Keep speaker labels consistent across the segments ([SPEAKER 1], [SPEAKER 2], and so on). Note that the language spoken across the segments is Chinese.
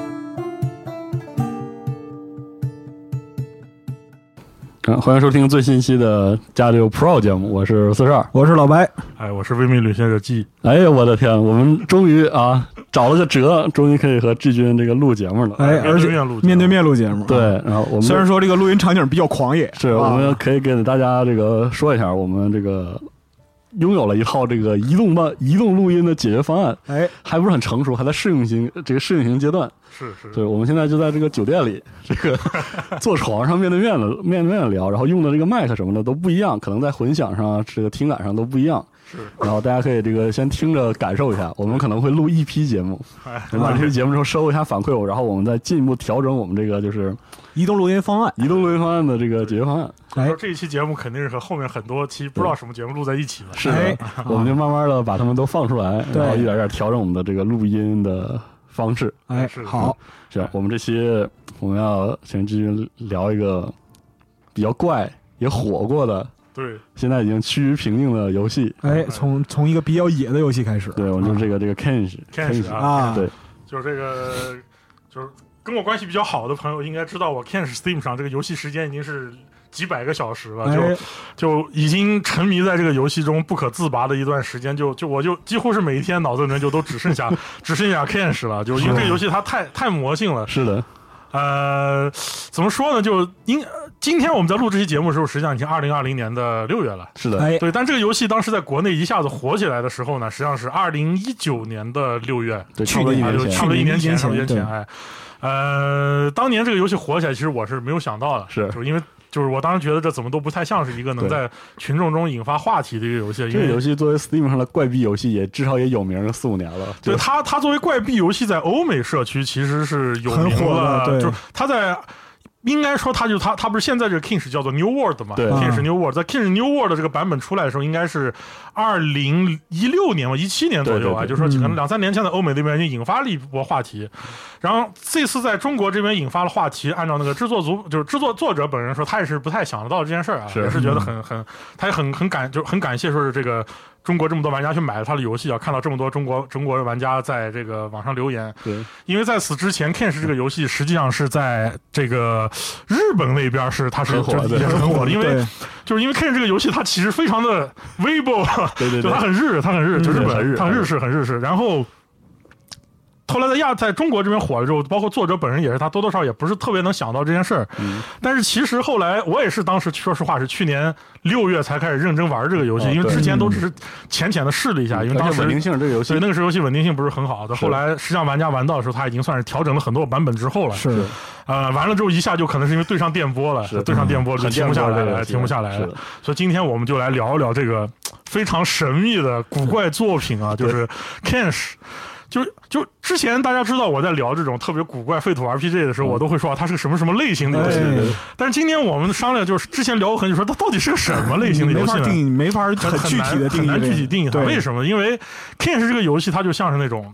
[SPEAKER 1] 嗯欢迎收听最新一期的《加六 Pro》节目，我是四十二，
[SPEAKER 2] 我是老白。
[SPEAKER 3] 哎，我是微命旅行者 G。
[SPEAKER 1] 哎呀，我的天，我们终于啊找了个辙，终于可以和志军这个录节目了。
[SPEAKER 2] 哎，
[SPEAKER 3] 呃
[SPEAKER 2] 而且面对面录节目，
[SPEAKER 1] 对。然后我们
[SPEAKER 2] 虽然说啊这个录音场景比较狂野，
[SPEAKER 1] 是我们可以给大家这个说一下，我们这个拥有了一套这个移动办移动录音的解决方案，
[SPEAKER 2] 哎，
[SPEAKER 1] 还不是很成熟，还在试用型这个试用型阶段。
[SPEAKER 3] 是是，
[SPEAKER 1] 对，我们现在就在这个酒店里，这个坐床上面对面的面对面的聊，然后用的这个麦克什么的都不一样，可能在混响上、啊这个听感上都不一样。
[SPEAKER 3] 是，
[SPEAKER 1] 然后大家可以这个先听着感受一下，我们可能会录一批节目，我们把这期节目之后收一下反馈我，然后我们再进一步调整我们这个就是
[SPEAKER 2] 移动录音方案，哎
[SPEAKER 1] 移动录音方案的这个解决方案。
[SPEAKER 3] 我说这一期节目肯定是和后面很多期不知道什么节目录在一起的。
[SPEAKER 1] 是
[SPEAKER 2] 哎
[SPEAKER 1] 的，我们就慢慢的把它们都放出来，然后一点点调整我们的这个录音的方式。
[SPEAKER 2] 哎，
[SPEAKER 3] 是
[SPEAKER 2] 好，
[SPEAKER 1] 是我们这期我们要请志军聊一个比较怪也火过的，
[SPEAKER 3] 对，
[SPEAKER 1] 现在已经趋于平静的游戏。
[SPEAKER 2] 哎，
[SPEAKER 3] 嗯
[SPEAKER 2] 从从一个比较野的游戏开始，
[SPEAKER 1] 对，我们就是这个这个 Kensh
[SPEAKER 3] Kensh 啊
[SPEAKER 2] 啊，
[SPEAKER 1] 对
[SPEAKER 3] 就是这个，就是跟我关系比较好的朋友应该知道，我 Can Steam 上这个游戏时间已经是几百个小时了，
[SPEAKER 2] 哎
[SPEAKER 3] 啊就，就已经沉迷在这个游戏中不可自拔的一段时间，就就我就几乎是每一天脑子里面就都只剩下 只剩下 Can 了，就因为这个
[SPEAKER 2] 啊
[SPEAKER 3] 游戏它太太魔性了，
[SPEAKER 1] 是的，
[SPEAKER 3] 呃，怎么说呢？就应今天我们在录这期节目的时候，实际上已经二零二零年的六月了。
[SPEAKER 1] 是的，
[SPEAKER 2] 哎，
[SPEAKER 3] 对，但这个游戏当时在国内一下子火起来的时候呢，实际上是二零一九年的六月，
[SPEAKER 1] 对，
[SPEAKER 2] 去
[SPEAKER 1] 差不多一
[SPEAKER 2] 年
[SPEAKER 3] 啊，
[SPEAKER 1] 年
[SPEAKER 3] 就
[SPEAKER 1] 前
[SPEAKER 3] 差不多一年前，
[SPEAKER 2] 一年前
[SPEAKER 3] 差不多一年
[SPEAKER 2] 对
[SPEAKER 3] 前，哎，呃，当年这个游戏火起来，其实我是没有想到的，
[SPEAKER 1] 是
[SPEAKER 3] 就是因为就是我当时觉得这怎么都不太像是一个能
[SPEAKER 1] 对
[SPEAKER 3] 在群众中引发话题的一个游戏，因
[SPEAKER 1] 这
[SPEAKER 3] 为
[SPEAKER 1] 个游戏作为 Steam 上的怪逼游戏，也至少也有名了四五年了。
[SPEAKER 3] 对
[SPEAKER 1] 就
[SPEAKER 3] 它，它作为怪币游戏，在欧美社区其实是有
[SPEAKER 2] 很
[SPEAKER 3] 名
[SPEAKER 2] 火的对
[SPEAKER 3] 就是它在。应该说，它就它它不是现在这个 King 是叫做 New World 嘛？
[SPEAKER 1] 对
[SPEAKER 3] ，King 是
[SPEAKER 2] 嗯
[SPEAKER 3] New World，在 King 是 New World 的这个版本出来的时候，应该是二零一六年吧，一七年左右
[SPEAKER 1] 对对
[SPEAKER 3] 啊，
[SPEAKER 1] 对
[SPEAKER 3] 就是说可能
[SPEAKER 2] 嗯
[SPEAKER 3] 两三年前在欧美那边就引发了一波话题，然后这次在中国这边引发了话题，按照那个制作组就是制作作者本人说，他也是不太想得到这件事儿啊，
[SPEAKER 1] 是
[SPEAKER 3] 也是觉得很很，他也很很感就是很感谢说是这个中国这么多玩家去买了他的游戏啊，看到这么多中国中国玩家在这个网上留言，
[SPEAKER 1] 对，
[SPEAKER 3] 因为在此之前，Ken 是这个游戏实际上是在这个日本那边是它是
[SPEAKER 1] 很火
[SPEAKER 3] 就是
[SPEAKER 1] 对
[SPEAKER 3] 也是很火的，因为
[SPEAKER 2] 对
[SPEAKER 3] 就是因为 Ken 这个游戏它其实非常的 Weibo，
[SPEAKER 1] 对对
[SPEAKER 3] 就
[SPEAKER 1] 对
[SPEAKER 3] 它，很日，它很日，就日
[SPEAKER 1] 对很
[SPEAKER 3] 本，
[SPEAKER 1] 日
[SPEAKER 3] 它很日式，很日式。然后后来在亚在中国这边火了之后，包括作者本人也是，他多多少少也不是特别能想到这件事儿。
[SPEAKER 1] 嗯
[SPEAKER 3] 但是其实后来我也是当时说实话是去年六月才开始认真玩这个游戏，
[SPEAKER 1] 哦
[SPEAKER 3] 因为
[SPEAKER 1] 对
[SPEAKER 3] 之前都只是浅浅的试了一下，因为
[SPEAKER 1] 而
[SPEAKER 3] 当
[SPEAKER 1] 且
[SPEAKER 3] 时
[SPEAKER 1] 稳定性这个游戏
[SPEAKER 3] 所以那个时候游戏稳定性不是很好的。
[SPEAKER 1] 嗯是
[SPEAKER 3] 后来实际上玩家玩到的时候，他已经算是调整了很多版本之后了。
[SPEAKER 2] 是
[SPEAKER 3] 呃，完了之后一下就可能是因为对上电波了，
[SPEAKER 1] 是
[SPEAKER 3] 对上电波就
[SPEAKER 1] 很
[SPEAKER 3] 停不下来
[SPEAKER 1] 电波
[SPEAKER 3] 了，
[SPEAKER 1] 的
[SPEAKER 3] 停不下来
[SPEAKER 1] 是
[SPEAKER 3] 了
[SPEAKER 1] 的。
[SPEAKER 3] 所以今天我们就来聊一聊这个非常神秘的古怪作品啊，就是 Kensh。就就之前大家知道我在聊这种特别古怪废土 RPG 的时候，
[SPEAKER 1] 嗯
[SPEAKER 3] 我都会说啊它是个什么什么类型的游戏。
[SPEAKER 2] 哎
[SPEAKER 3] 但是今天我们商量，就是之前聊过很久，说它到底是个什么类型的
[SPEAKER 2] 没
[SPEAKER 3] 游戏
[SPEAKER 2] 法
[SPEAKER 3] 呢？
[SPEAKER 2] 定义，没法
[SPEAKER 3] 很
[SPEAKER 2] 具体的定义
[SPEAKER 3] 很
[SPEAKER 2] 这个，
[SPEAKER 3] 难具体定义它。
[SPEAKER 2] 对
[SPEAKER 3] 为什么？因为 Kensh 这个游戏，它就像是那种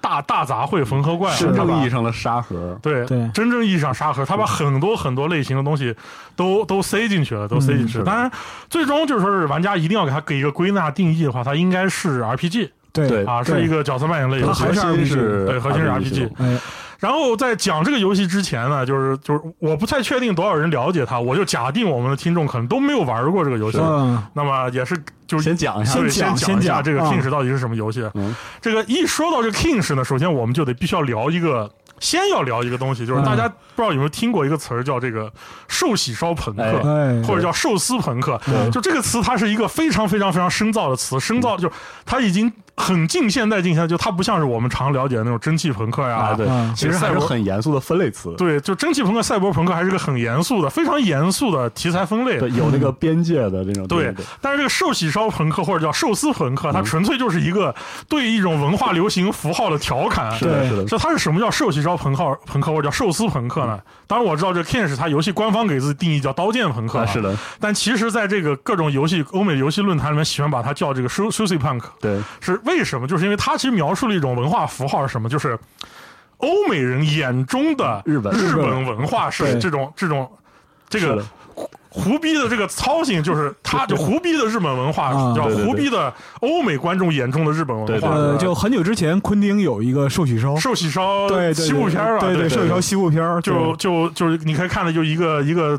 [SPEAKER 3] 大大杂烩缝合怪啊，
[SPEAKER 1] 真
[SPEAKER 3] 它把
[SPEAKER 1] 正意义上的沙盒，
[SPEAKER 3] 对
[SPEAKER 2] 对
[SPEAKER 3] 真正意义上沙盒，他把很多很多类型的东西都都塞进去了，都塞进去
[SPEAKER 1] 嗯是的
[SPEAKER 3] 了。当然，最终就是说是玩家一定要给它给一个归纳定义的话，它应该是 RPG
[SPEAKER 2] 对
[SPEAKER 1] 对
[SPEAKER 3] 啊，是一个角色扮演类游
[SPEAKER 2] 它
[SPEAKER 3] 戏。
[SPEAKER 2] 还是
[SPEAKER 1] 核心
[SPEAKER 2] RPG
[SPEAKER 1] 是
[SPEAKER 3] 对核心是 RPG
[SPEAKER 1] 系统
[SPEAKER 2] 哎，
[SPEAKER 3] 然后在讲这个游戏之前呢，就是就是我不太确定多少人了解它，我就假定我们的听众可能都没有玩过这个游戏。
[SPEAKER 2] 嗯，
[SPEAKER 3] 那么也是就是
[SPEAKER 1] 先讲一下，
[SPEAKER 3] 对
[SPEAKER 2] 先讲
[SPEAKER 3] 先
[SPEAKER 2] 先
[SPEAKER 3] 一下
[SPEAKER 2] 讲
[SPEAKER 3] 这个
[SPEAKER 2] 嗯
[SPEAKER 3] Kings 到底是什么游戏。
[SPEAKER 1] 嗯
[SPEAKER 3] 这个一说到这个 Kings 呢，首先我们就得必须要聊一个，先要聊一个东西，就是
[SPEAKER 2] 嗯
[SPEAKER 3] 大家不知道有没有听过一个词儿叫这个寿喜烧朋克。
[SPEAKER 1] 哎
[SPEAKER 2] 哎，
[SPEAKER 3] 或者叫寿司朋克，
[SPEAKER 1] 嗯
[SPEAKER 2] 对
[SPEAKER 3] 就这个词，它是一个非常非常非常深造的词，深造就是它已经很近现代近现代，就它不像是我们常了解的那种蒸汽朋克呀、
[SPEAKER 1] 啊，对
[SPEAKER 2] 嗯，
[SPEAKER 1] 其实还
[SPEAKER 3] 赛
[SPEAKER 1] 是
[SPEAKER 3] 博
[SPEAKER 1] 很严肃的分类词，
[SPEAKER 3] 对，就蒸汽朋克、赛博朋克还是个很严肃的、非常严肃的题材分类。
[SPEAKER 1] 对，有那个边界的这种，
[SPEAKER 3] 对
[SPEAKER 1] 对，
[SPEAKER 3] 但是这个寿喜烧朋克或者叫寿司朋克，它
[SPEAKER 1] 嗯
[SPEAKER 3] 纯粹就是一个对一种文化流行符号的调侃。啊
[SPEAKER 1] 是的，
[SPEAKER 2] 对
[SPEAKER 1] 是的，
[SPEAKER 3] 这它是什么叫寿喜烧朋克朋克或者叫寿司朋克呢？
[SPEAKER 1] 嗯
[SPEAKER 3] 当然我知道这 Ken 是它游戏官方给自己定义叫刀剑朋克、
[SPEAKER 1] 啊，是。的，
[SPEAKER 3] 但其实在这个各种游戏欧美游戏论坛里面，喜欢把它叫这个 s u s i punk，
[SPEAKER 1] 对，
[SPEAKER 3] 是为什么？就是因为它其实描述了一种文化符号是什么，就是欧美人眼中的
[SPEAKER 1] 日本
[SPEAKER 3] 日本文化是
[SPEAKER 2] 对
[SPEAKER 3] 这种这种这
[SPEAKER 1] 是
[SPEAKER 3] 个
[SPEAKER 1] 的，
[SPEAKER 3] 胡逼的这个操性，就是他就胡逼的日本文化，
[SPEAKER 2] 啊
[SPEAKER 3] 叫
[SPEAKER 1] 对对对
[SPEAKER 3] 胡逼的欧美观众眼中的日本文
[SPEAKER 1] 对
[SPEAKER 3] 化，
[SPEAKER 1] 对
[SPEAKER 2] 呃，就很久之前，昆汀有一个寿喜烧，
[SPEAKER 3] 寿喜烧
[SPEAKER 2] 对对对
[SPEAKER 3] 西部片儿啊，
[SPEAKER 2] 对
[SPEAKER 3] 对，
[SPEAKER 2] 寿喜烧西部片儿，
[SPEAKER 3] 就就就是你可以看的就一个一个。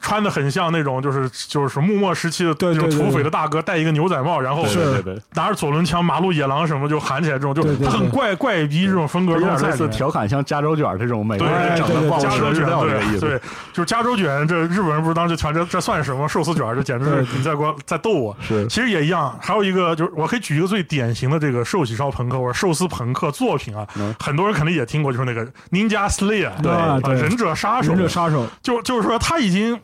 [SPEAKER 3] 穿的很像那种，就是就是幕末时期的
[SPEAKER 2] 对
[SPEAKER 3] 那
[SPEAKER 2] 对
[SPEAKER 3] 种
[SPEAKER 2] 对
[SPEAKER 3] 土匪的大哥，戴一个牛仔帽，然后
[SPEAKER 1] 对对对对，
[SPEAKER 3] 拿着左轮枪、马路野狼什么就喊起来，这种就
[SPEAKER 2] 对对
[SPEAKER 3] 他很
[SPEAKER 2] 对
[SPEAKER 3] 怪怪逼这种风格
[SPEAKER 1] 有
[SPEAKER 3] 都
[SPEAKER 1] 点
[SPEAKER 3] 是在
[SPEAKER 1] 类
[SPEAKER 3] 里
[SPEAKER 1] 似
[SPEAKER 3] 面。
[SPEAKER 1] 调侃，像加州卷这种美国
[SPEAKER 3] 哎对
[SPEAKER 1] 人长
[SPEAKER 2] 对
[SPEAKER 1] 得
[SPEAKER 2] 对
[SPEAKER 1] 逛
[SPEAKER 3] 加州
[SPEAKER 1] 吃
[SPEAKER 3] 卷
[SPEAKER 1] 知道这个意
[SPEAKER 3] 对
[SPEAKER 1] 思，
[SPEAKER 3] 对，就是加州卷，这日本人不是当时就全这这算什么寿司卷？这简直是
[SPEAKER 2] 对
[SPEAKER 3] 你在给我在逗我。
[SPEAKER 1] 是
[SPEAKER 3] 其实也一样，还有一个就是我可以举一个最典型的这个寿喜烧朋克或者寿司朋克作品啊，
[SPEAKER 1] 嗯
[SPEAKER 3] 很多人肯定也听过，就是那个 Ninja Slayer，
[SPEAKER 2] 对
[SPEAKER 3] 啊
[SPEAKER 2] 对
[SPEAKER 3] 忍者杀手
[SPEAKER 2] 忍，者杀手，
[SPEAKER 3] 就就是说他已经。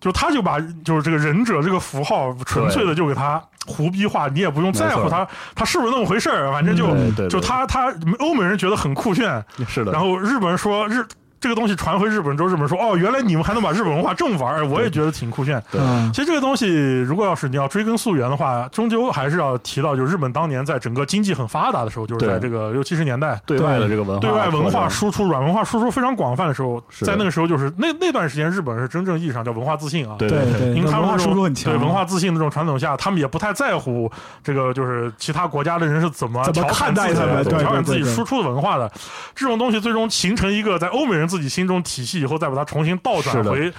[SPEAKER 3] 就他就把就是这个忍者这个符号纯粹的就给他胡逼化，你也不用在乎
[SPEAKER 1] 没错
[SPEAKER 3] 他他是不是那么回事儿，反正就
[SPEAKER 1] 对对对
[SPEAKER 3] 就他他欧美人觉得很酷炫，
[SPEAKER 1] 是的，
[SPEAKER 3] 然后日本人说日这个东西传回日本之后，日本人说哦，原来你们还能把日本文化正玩儿，我也觉得挺酷炫。
[SPEAKER 1] 对
[SPEAKER 2] 嗯，
[SPEAKER 3] 其实这个东西，如果要是你要追根溯源的话，终究还是要提到，就是日本当年在整个经济很发达的时候，就是
[SPEAKER 1] 对
[SPEAKER 3] 在这个六七十年代，
[SPEAKER 1] 对外的这个文化，
[SPEAKER 3] 对外文化
[SPEAKER 1] 是
[SPEAKER 3] 输出、软文化输出非常广泛的时候，
[SPEAKER 1] 是的
[SPEAKER 3] 在那个时候就是那那段时间，日本是真正意义上叫文化自信啊。
[SPEAKER 1] 对
[SPEAKER 2] 对
[SPEAKER 1] 对
[SPEAKER 2] 对，
[SPEAKER 3] 因为他
[SPEAKER 2] 文
[SPEAKER 3] 们
[SPEAKER 2] 化
[SPEAKER 3] 这种
[SPEAKER 2] 输出很强，
[SPEAKER 3] 对文化自信的这种传统下，他们也不太在乎这个，就是其他国家的人是怎么
[SPEAKER 2] 怎么
[SPEAKER 3] 调侃
[SPEAKER 2] 看待
[SPEAKER 3] 自己
[SPEAKER 1] 他
[SPEAKER 3] 的
[SPEAKER 1] 们对
[SPEAKER 3] 调
[SPEAKER 2] 对
[SPEAKER 3] 侃自己
[SPEAKER 2] 对对
[SPEAKER 3] 输出的文化的。这种东西最终形成一个在欧美人自己心中体系以后，再把它重新倒转
[SPEAKER 1] 是的
[SPEAKER 3] 回，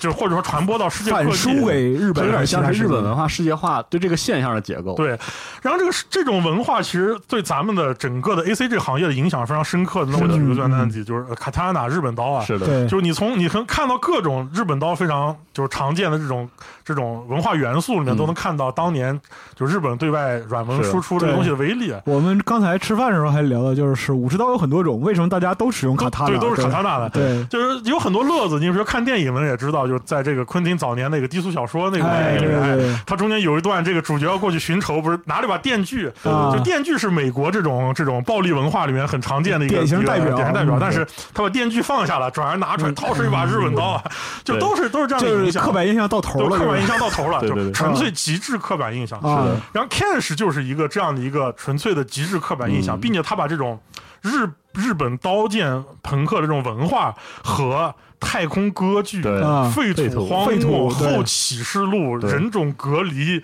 [SPEAKER 3] 就是或者说传播到世界各
[SPEAKER 2] 反
[SPEAKER 3] 地
[SPEAKER 2] 输。给日本
[SPEAKER 1] 有
[SPEAKER 2] 人，
[SPEAKER 1] 点像是日本
[SPEAKER 2] 的
[SPEAKER 1] 文化世界化对这个现象的解构，
[SPEAKER 3] 对，然后这个是这种文化其实对咱们的整个的 A C G 行业的影响非常深刻的。那我
[SPEAKER 2] 是的
[SPEAKER 3] 举个最简
[SPEAKER 2] 嗯
[SPEAKER 3] 单的例子，就是呃 katana 日本刀啊，
[SPEAKER 1] 是的，
[SPEAKER 2] 对，
[SPEAKER 3] 就是你从你可能看到各种日本刀非常就是常见的这种这种文化元素里
[SPEAKER 1] 嗯
[SPEAKER 3] 面，都能看到当年就日本对外软文
[SPEAKER 1] 是
[SPEAKER 3] 输出这个
[SPEAKER 2] 对
[SPEAKER 3] 东西的威力。
[SPEAKER 2] 我们刚才吃饭的时候还聊到，就是武士刀有很多种，为什么大家都使用卡塔
[SPEAKER 3] 对，都是卡塔纳的。
[SPEAKER 2] 对
[SPEAKER 3] 就是有很多乐子，你比如说看电影的人也知道，就是在这个昆汀早年那个低俗小说那个
[SPEAKER 2] 哎
[SPEAKER 3] 电影里
[SPEAKER 2] 对对
[SPEAKER 3] 面
[SPEAKER 2] 对，
[SPEAKER 3] 它中间有一段这个主角要过去寻仇，不是拿了一把电锯，
[SPEAKER 2] 啊
[SPEAKER 3] 就电锯是美国这种这种暴力文化里面很常见的一个
[SPEAKER 2] 典型代表
[SPEAKER 3] 一个典型代表
[SPEAKER 2] 嗯，
[SPEAKER 3] 但是他把电锯放下了，转而拿出来掏出一把日本
[SPEAKER 2] 嗯
[SPEAKER 3] 刀，啊就都是都是这样的
[SPEAKER 2] 就
[SPEAKER 3] 影
[SPEAKER 2] 是
[SPEAKER 3] 响。
[SPEAKER 2] 刻板印象到
[SPEAKER 3] 就
[SPEAKER 2] 头了，
[SPEAKER 3] 刻
[SPEAKER 2] 象
[SPEAKER 3] 板印象到头了，
[SPEAKER 1] 对
[SPEAKER 3] 就
[SPEAKER 1] 对对
[SPEAKER 3] 纯粹极致刻板印象。
[SPEAKER 2] 啊，
[SPEAKER 3] 然后 Kensh 就是一个这样的一个纯粹的极致刻板印象，
[SPEAKER 1] 嗯
[SPEAKER 3] 并且他把这种日日本刀剑朋克的这种文化和太空歌剧、
[SPEAKER 1] 对
[SPEAKER 2] 啊
[SPEAKER 3] 废
[SPEAKER 1] 废
[SPEAKER 3] 土
[SPEAKER 1] 土
[SPEAKER 3] 荒
[SPEAKER 2] 废
[SPEAKER 3] 漠、
[SPEAKER 2] 土对
[SPEAKER 3] 后启示录、
[SPEAKER 1] 对
[SPEAKER 3] 人种隔离。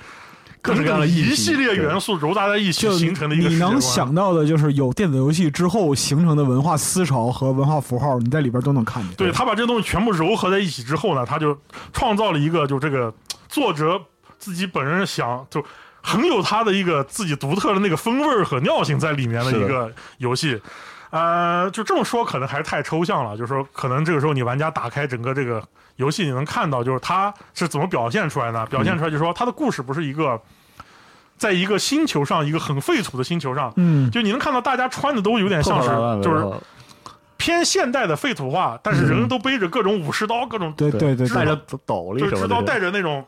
[SPEAKER 1] 各式各样的
[SPEAKER 3] 一
[SPEAKER 1] 议题
[SPEAKER 3] 系列元素揉杂在一起
[SPEAKER 2] 就
[SPEAKER 3] 形成的一个
[SPEAKER 2] 你
[SPEAKER 3] 世界观
[SPEAKER 2] 能想到的，就是有电子游戏之后形成的文化思潮和文化符号，你在里边都能看见。
[SPEAKER 3] 对他把这东西全部糅合在一起之后呢，他就创造了一个就这个作者自己本人想就很有他的一个自己独特的那个风味儿和尿性在里面的
[SPEAKER 1] 是的
[SPEAKER 3] 一个游戏。呃，就这么说可能还是太抽象了，就是说可能这个时候你玩家打开整个这个游戏，你能看到就是它是怎么表现出来呢？表现出来就是说它的故事不是一个。在一个星球上，一个很废土的星球上，
[SPEAKER 2] 嗯
[SPEAKER 3] 就你能看到大家穿的都有点
[SPEAKER 1] 破
[SPEAKER 3] 像
[SPEAKER 1] 破
[SPEAKER 3] 是
[SPEAKER 1] 烂烂，的
[SPEAKER 3] 就是
[SPEAKER 1] 然后
[SPEAKER 3] 偏现代的废土化，但是人都背着各种武士刀，各种
[SPEAKER 2] 嗯对对对
[SPEAKER 1] 带
[SPEAKER 2] 对，
[SPEAKER 1] 着斗笠
[SPEAKER 3] 就
[SPEAKER 1] 什么
[SPEAKER 3] 是
[SPEAKER 1] 的，
[SPEAKER 3] 直到带着那种